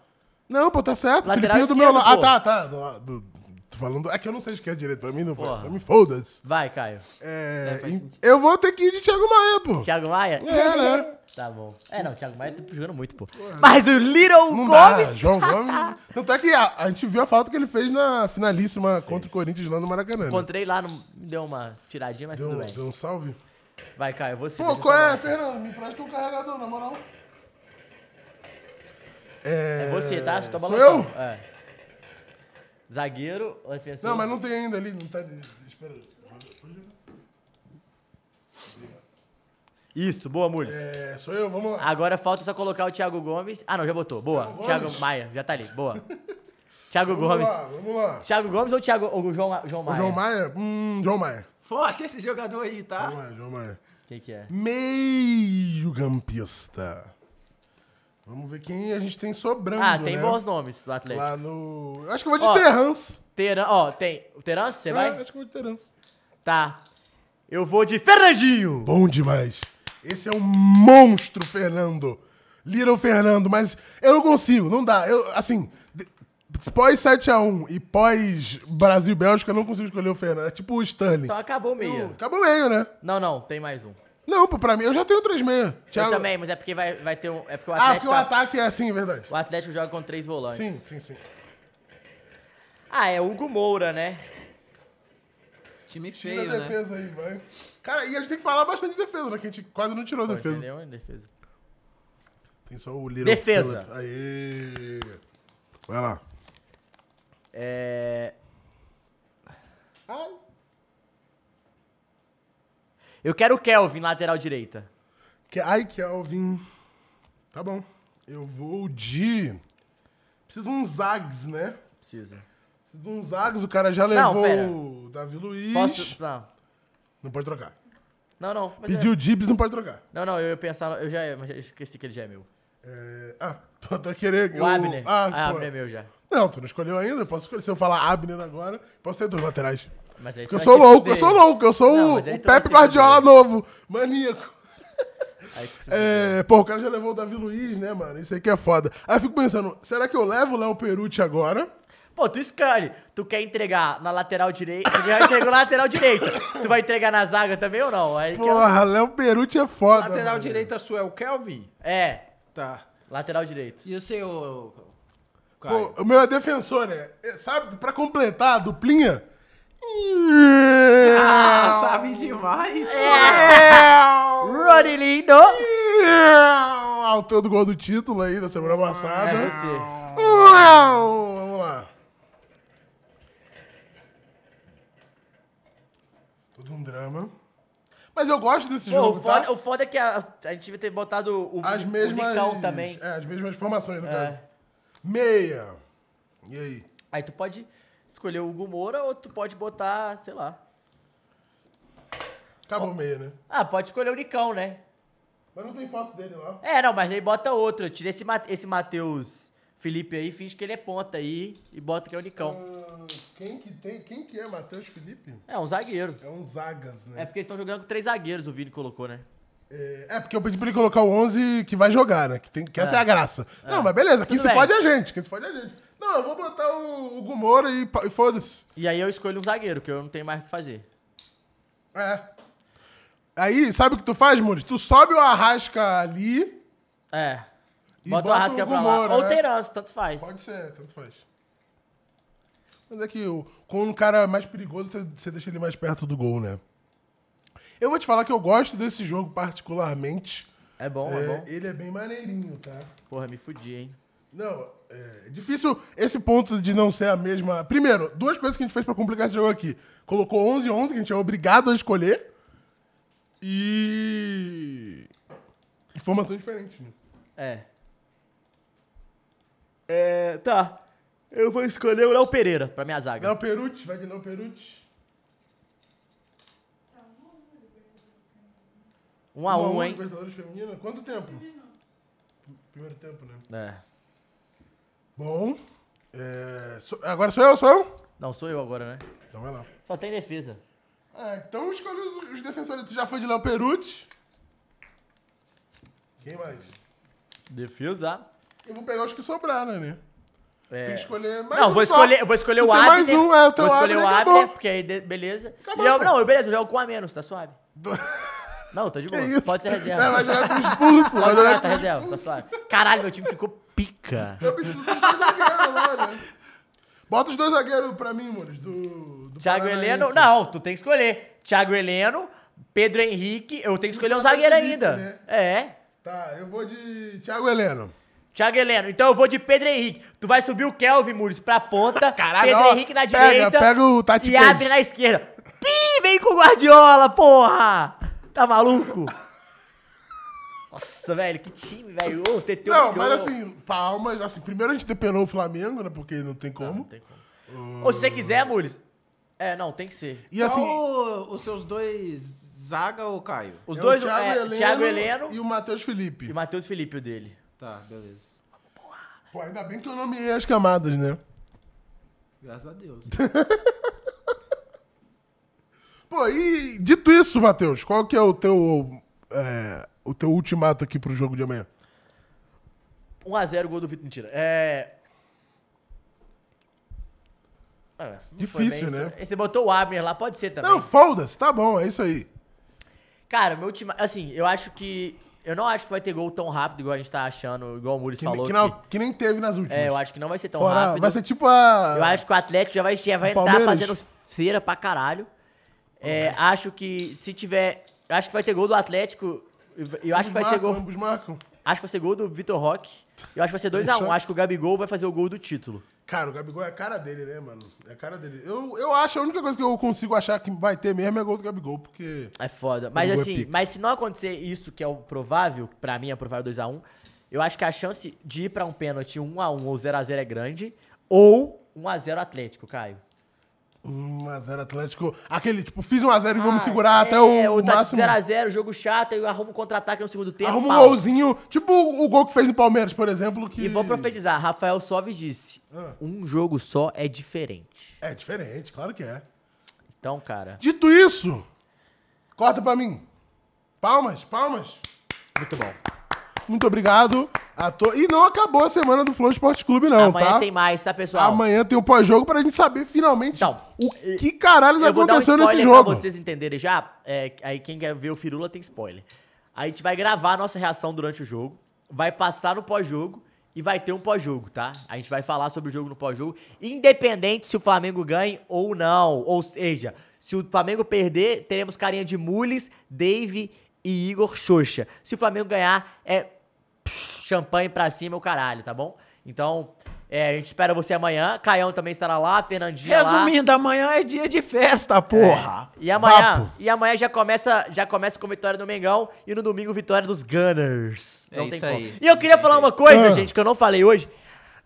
S2: Não, pô, tá certo.
S1: Lateral
S2: Filipinho do meu
S1: esquerdo,
S2: lado. Ah,
S1: pô.
S2: tá, tá. Do, lado- do, tô falando. É que eu não sei esquerda direito. Pra mim não foi.
S1: Porra.
S2: Pra mim, foda-se.
S1: Vai, Caio.
S2: É, em- eu vou ter que ir de Thiago Maia, pô.
S1: Thiago Maia?
S2: É, né?
S1: Tá bom. É, não, Thiago Maia tá jogando muito, pô. Mas o Little
S2: Não dá,
S1: Gomes...
S2: João Gomes. Tanto é que a, a gente viu a falta que ele fez na finalíssima contra o Corinthians lá no Maracanã. né?
S1: Encontrei lá, não me deu uma tiradinha, mas tudo
S2: Deu,
S1: bem.
S2: deu um salve.
S1: Vai, Caio, você.
S2: Pô,
S1: deixa eu
S2: qual
S1: falar.
S2: é, Fernando? Me empresta um carregador, na moral.
S1: É você, tá? Você tá
S2: sou
S1: balançando. É. Zagueiro, ofensivo.
S2: Não, mas não tem ainda ali, não tá. de- Espera.
S1: Isso, boa, Mules.
S2: É, sou eu, vamos lá.
S1: Agora falta só colocar o Thiago Gomes. Ah, não, já botou. Boa.
S2: Thiago
S1: Thiago
S2: Gomes?
S1: Maia, já tá ali. Boa. Thiago
S2: Vamos
S1: Gomes.
S2: lá, vamos lá.
S1: Thiago Gomes ou Thiago ou João, Ma- João Maia?
S2: João Maia? Hum, João Maia.
S3: Forte esse jogador aí,
S2: João
S3: tá?
S2: Maia, João Maia.
S1: Quem que é?
S2: Meio campista. Vamos ver quem a gente tem sobrando,
S1: Ah, tem
S2: né?
S1: bons nomes do Atlético.
S2: Lá no... Acho que eu vou de
S1: Ó,
S2: Terrans.
S1: Teran, ó, tem. O Teran, você
S2: É,
S1: vai?
S2: acho que eu vou de Terrans.
S1: Tá. Eu vou de Fernandinho.
S2: Bom demais. Esse é um monstro, Fernando. Little Fernando, mas eu não consigo, não dá. Eu, assim, de- pós 7x1 e pós Brasil-Bélgica, eu não consigo escolher o Fernando. É tipo o Sterling.
S1: Então acabou o meia.
S2: Eu- Acabou meio, né?
S1: Não, não, tem mais um.
S2: Não, pô, pra mim, eu já tenho 3,6.
S1: Eu
S2: Thiago-
S1: também, mas é porque vai, vai ter um. É porque o
S2: Ah, porque
S1: Atlético.
S2: o ataque é assim, é verdade.
S1: o Atlético joga com três volantes.
S2: Sim, sim, sim.
S1: Ah, é Hugo Moura, né?
S3: Time feio,
S2: Tira a
S3: né?
S2: defesa aí, vai. Cara, e a gente tem que falar bastante de defesa, né? Que a gente quase não tirou defesa.
S1: Entendeu? Em defesa.
S2: Tem só o Little
S1: Defesa.
S2: Phillip. Aê! Vai lá.
S1: É. Eu quero o Kelvin, lateral direita.
S2: Que- Ai, Kelvin. Tá bom. Eu vou de. Preciso de um Zags, né?
S1: Precisa.
S2: Preciso de um Zags, o cara já
S1: Não,
S2: levou
S1: pera.
S2: o Davi Luiz.
S1: Posso. é. Não,
S2: Não pode trocar.
S1: não. não mas
S2: Pediu o Dibs, não pode trocar.
S1: é- Não, não, eu ia pensar. Eu já mas eu esqueci que ele já é meu.
S2: É, Ah, tô, tô querendo.
S1: O Abner. Ah,
S2: Ah, pô.
S1: Abner é meu já.
S2: Não, tu não escolheu ainda. Eu posso escolher. Se eu falar Abner agora, posso ter dois laterais.
S1: Mas aí
S2: Porque eu
S1: você
S2: sou
S1: vai se
S2: louco, eu
S1: fuder.
S2: sou louco, eu sou
S1: Não,
S2: o,
S1: mas aí
S2: o
S1: tu vai
S2: Pepe
S1: se
S2: Guardiola
S1: fuder.
S2: novo. Maníaco.
S1: Aí você-
S2: É, pô, o cara já levou o Davi Luiz, né, mano? Isso aí que é foda. Aí eu fico pensando, será que eu levo o Léo Perucci agora?
S1: Pô, tu escolhe. Tu quer entregar na lateral direita. Tu já entregou na lateral direita. Tu vai entregar na zaga também ou não? Aí que é-
S2: Porra, Léo Perucci é foda.
S3: um Lateral
S2: mano.
S3: direita sua é o Kelvin?
S1: É,
S3: Tá.
S1: lateral direito.
S3: E o seu. Caio?
S2: Pô, o meu é defensor, né? É, Sabe, pra completar, a duplinha.
S3: Ah, sabe
S2: É.
S3: demais,
S1: Rodney Lindo!
S2: Autor do gol do título aí da semana passada.
S1: É você.
S2: Vamos lá. Todo um drama. Mas eu gosto desse
S1: Pô,
S2: jogo,
S1: o foda,
S2: tá?
S1: o foda é que a, a gente devia ter botado o,
S2: As
S1: o
S2: mesmas.
S1: Nicão também.
S2: É, as mesmas formações, no
S1: É.
S2: caso. Meia. E aí?
S1: Aí tu pode escolher o Hugo Moura ou tu pode botar, sei lá.
S2: Acabou meia, né?
S1: Ah, pode escolher o Nicão, né?
S2: Mas não tem foto dele lá.
S1: É, não, mas aí bota outro. Tira esse, Ma- esse Matheus Felipe aí, finge que ele é ponta aí e bota que é o Nicão.
S2: Ah, Quem que tem? Quem que é? Matheus Felipe?
S1: É, um zagueiro.
S2: É um Zagas,
S1: É
S2: né?
S1: porque eles estão jogando com três zagueiros, o Vini colocou, né?
S2: É, é porque eu pedi pra ele colocar o 11 que vai jogar, né? Que, tem, que essa é a graça. Não, mas beleza. Quem
S1: Tudo
S2: se
S1: bem.
S2: fode é a gente. Quem se fode é a gente. Não, eu vou botar o, o Gumora e, pa- e foda-se.
S1: E aí eu escolho um zagueiro, que eu não tenho mais o que fazer.
S2: É. Aí, sabe o que tu faz, Muniz? Tu sobe o Arrasca ali.
S1: É.
S2: E
S1: Bota o
S2: bota
S1: Arrasca
S2: o
S1: pra
S2: Gomora,
S1: lá. Ou
S2: né?
S1: o Terence, tanto faz.
S2: Pode ser, tanto faz. Mas é que o- com um cara mais perigoso, te- você deixa ele mais perto do gol, né? Eu vou te falar que eu gosto desse jogo particularmente.
S1: É bom, é,
S2: É,
S1: bom.
S2: ele é bem maneirinho, tá?
S1: Porra, me fudi, hein?
S2: Não, é difícil esse ponto de não ser a mesma. Primeiro, duas coisas que a gente fez pra complicar esse jogo aqui. Colocou 11 e 11, que a gente é obrigado a escolher. E. Informação diferente, né?
S1: É. É, tá. Eu vou escolher o Léo Pereira pra minha zaga.
S2: Léo Perucci, vai de Léo Perucci.
S1: Um a um,
S2: um,
S1: hein?
S2: Libertadores feminina. Quanto tempo? Primeiro tempo, né?
S1: É.
S2: Bom. é, sou- agora sou eu, sou eu?
S1: Não, sou eu agora, né?
S2: Então vai lá.
S1: Só tem defesa.
S2: É, então escolhi os, os defensores. Tu já foi de Léo Perucci. Quem mais?
S1: Defesa?
S2: Eu vou pegar os que sobraram, né?
S1: É.
S2: Tem que escolher mais
S1: Não,
S2: um
S1: vou
S2: só.
S1: escolher, eu vou escolher
S2: Tu
S1: o
S2: tem
S1: Abner.
S2: mais um, é, o teu
S1: Vou escolher
S2: Abner,
S1: o
S2: acabou.
S1: Abner, porque aí, de- beleza.
S2: Acabou,
S1: e eu,
S2: pô.
S1: não, eu- beleza, eu jogo com um a menos, tá suave.
S2: Do-
S1: Não, tá de boa.
S2: isso?
S1: Pode ser reserva.
S2: É, vai jogar com expulso. Vai
S1: Pode
S2: jogar
S1: jogar,
S2: com
S1: tá reserva, tá
S2: expulso.
S1: suave. Caralho, meu time ficou pica.
S2: Eu preciso dos dois zagueiros lá, né? Bota os dois zagueiros pra mim, Mores, do, do
S1: Thiago
S2: Paranaense.
S1: Heleno, não, tu tem que escolher. Thiago Heleno, Pedro Henrique, eu tenho que escolher um
S2: Matheus
S1: zagueiro
S2: Henrique,
S1: ainda.
S2: né?
S1: É.
S2: Tá, eu vou de Thiago Heleno.
S1: Thiago Heleno, então eu vou de Pedro Henrique. Tu vai subir o Kelvin Muris pra ponta,
S2: Caralho, ó,
S1: Pedro Henrique na
S2: pega,
S1: direita
S2: pega o Tati
S1: e
S2: Cage.
S1: abre na esquerda. Pi, vem com o Guardiola, porra! Tá maluco? Nossa, velho, que time, velho. Ô, o TT
S2: Não,
S1: humilhou.
S2: mas assim, palmas. Assim, primeiro a gente depenou o Flamengo, né? Porque não tem como.
S1: Não tem como. Ou se você quiser, Muris. É, não, tem que ser.
S2: E assim,
S3: Qual o- os seus dois zaga ou Caio?
S1: Os
S2: é
S1: dois,
S2: o Thiago,
S1: é,
S2: Heleno
S1: Thiago Heleno
S2: e
S1: e
S2: o Matheus Felipe.
S1: o Matheus Felipe, o dele.
S3: Tá, beleza.
S2: Pô, ainda bem que eu nomeei as camadas, né?
S3: Graças a Deus.
S2: Pô, e dito isso, Matheus, qual que é o teu, é, o teu ultimato aqui pro jogo de amanhã?
S1: 1x0 gol do Vitor. Mentira. É. Ah, não foi
S2: Difícil,
S1: bem isso.
S2: né?
S1: Você botou o Abner lá, pode ser também.
S2: Não, foda-se, tá bom, é isso aí.
S1: Cara, meu time. Assim, eu acho que. Eu não acho que vai ter gol tão rápido igual a gente tá achando, igual o Muris
S2: Que,
S1: falou.
S2: que,
S1: Que
S2: não- que nem teve nas últimas.
S1: É, eu acho que não vai ser tão
S2: Fora,
S1: rápido.
S2: Vai ser tipo a.
S1: Eu acho que o Atlético já vai, já vai
S2: O
S1: entrar
S2: Palmeiras?
S1: fazendo cera pra caralho. É, acho que se tiver. eu Acho que vai ter gol do Atlético. Eu- Eu acho que vai ser
S2: marcam,
S1: gol.
S2: Ambos marcam.
S1: Acho que vai ser gol do Vitor Roque. Eu acho que vai ser 2x1.
S2: Deixa.
S1: Acho que o Gabigol vai fazer o gol do título.
S2: Cara, o Gabigol é a cara dele, né, mano? É a cara dele. Eu, eu acho, a única coisa que eu consigo achar que vai ter mesmo é gol do Gabigol, porque.
S1: É foda. Mas
S2: Gabigol é
S1: assim,
S2: pica.
S1: mas se não acontecer isso, que é o provável, pra mim é provável 2x1, eu acho que a chance de ir pra um pênalti 1x1 ou 0x0 é grande. Ou 1x0 Atlético, Caio.
S2: 1x0 Atlético. Aquele, tipo, fiz 1x0 e vamos segurar até o,
S1: É,
S2: o
S1: tá
S2: máximo.
S1: 0x0, jogo chato, eu arrumo um contra-ataque no segundo tempo.
S2: Arruma um
S1: pau.
S2: golzinho, tipo o gol que fez no Palmeiras, por exemplo. Que...
S1: E vou profetizar, Rafael Soares disse:
S2: Ah.
S1: um jogo só é diferente.
S2: É diferente, claro que é.
S1: Então, cara,
S2: Dito isso, corta pra mim. Palmas, palmas.
S1: muito bom.
S2: Muito obrigado a todos. E não acabou a semana do Flow Esporte Clube, não,
S1: Amanhã
S2: tá?
S1: tem mais, tá, pessoal?
S2: Amanhã tem um pós-jogo pra gente saber finalmente
S1: Então,
S2: o que caralho
S1: Eu vou dar um
S2: aconteceu nesse
S1: spoiler
S2: jogo.
S1: pra vocês entenderem já. é, aí quem quer ver o Firula tem spoiler. A gente vai gravar a nossa reação durante o jogo, vai passar no pós-jogo e vai ter um pós-jogo, tá? A gente vai falar sobre o jogo no pós-jogo, independente se o Flamengo ganhe ou não. Ou seja, se o Flamengo perder, teremos carinha de Mules, Dave e Igor Xoxa. Se o Flamengo ganhar, é champanhe pra cima, o caralho, tá bom? Então, é, a gente espera você amanhã. Caião também estará lá, Fernandinha lá.
S3: Resumindo, amanhã é dia de festa, porra.
S1: É. E amanhã,
S2: Vapo.
S1: e amanhã já começa, já começa com vitória do Mengão e no domingo vitória dos Gunners.
S3: É isso aí.
S1: E eu queria falar uma coisa,
S2: Ah.
S1: gente, que eu não falei hoje.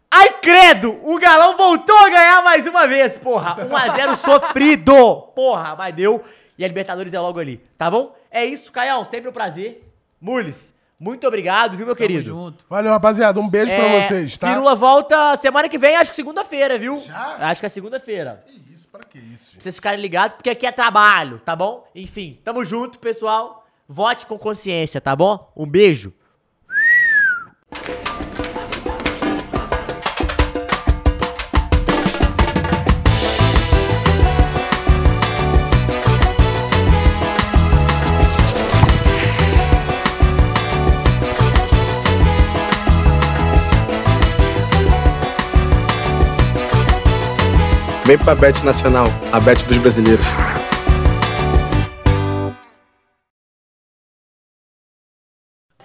S1: Ai, credo! O Galão voltou a ganhar mais uma vez, porra! 1x0 sofrido! Porra, mas deu. E a Libertadores é logo ali, tá bom? É isso, Caião, sempre um prazer. Mules, muito obrigado, viu, meu querido?
S3: junto.
S2: Valeu, rapaziada. Um beijo pra
S1: É,
S2: vocês, tá?
S1: Firula volta semana que vem, acho que segunda-feira, viu?
S2: Já?
S1: Acho que é segunda-feira.
S2: Que isso, pra que isso, gente?
S1: Pra vocês ficarem ligados, porque aqui é trabalho, tá bom? Enfim, tamo junto, pessoal. Vote com consciência, tá bom? Um beijo.
S4: Vem pra Bet Nacional, a Bet dos brasileiros.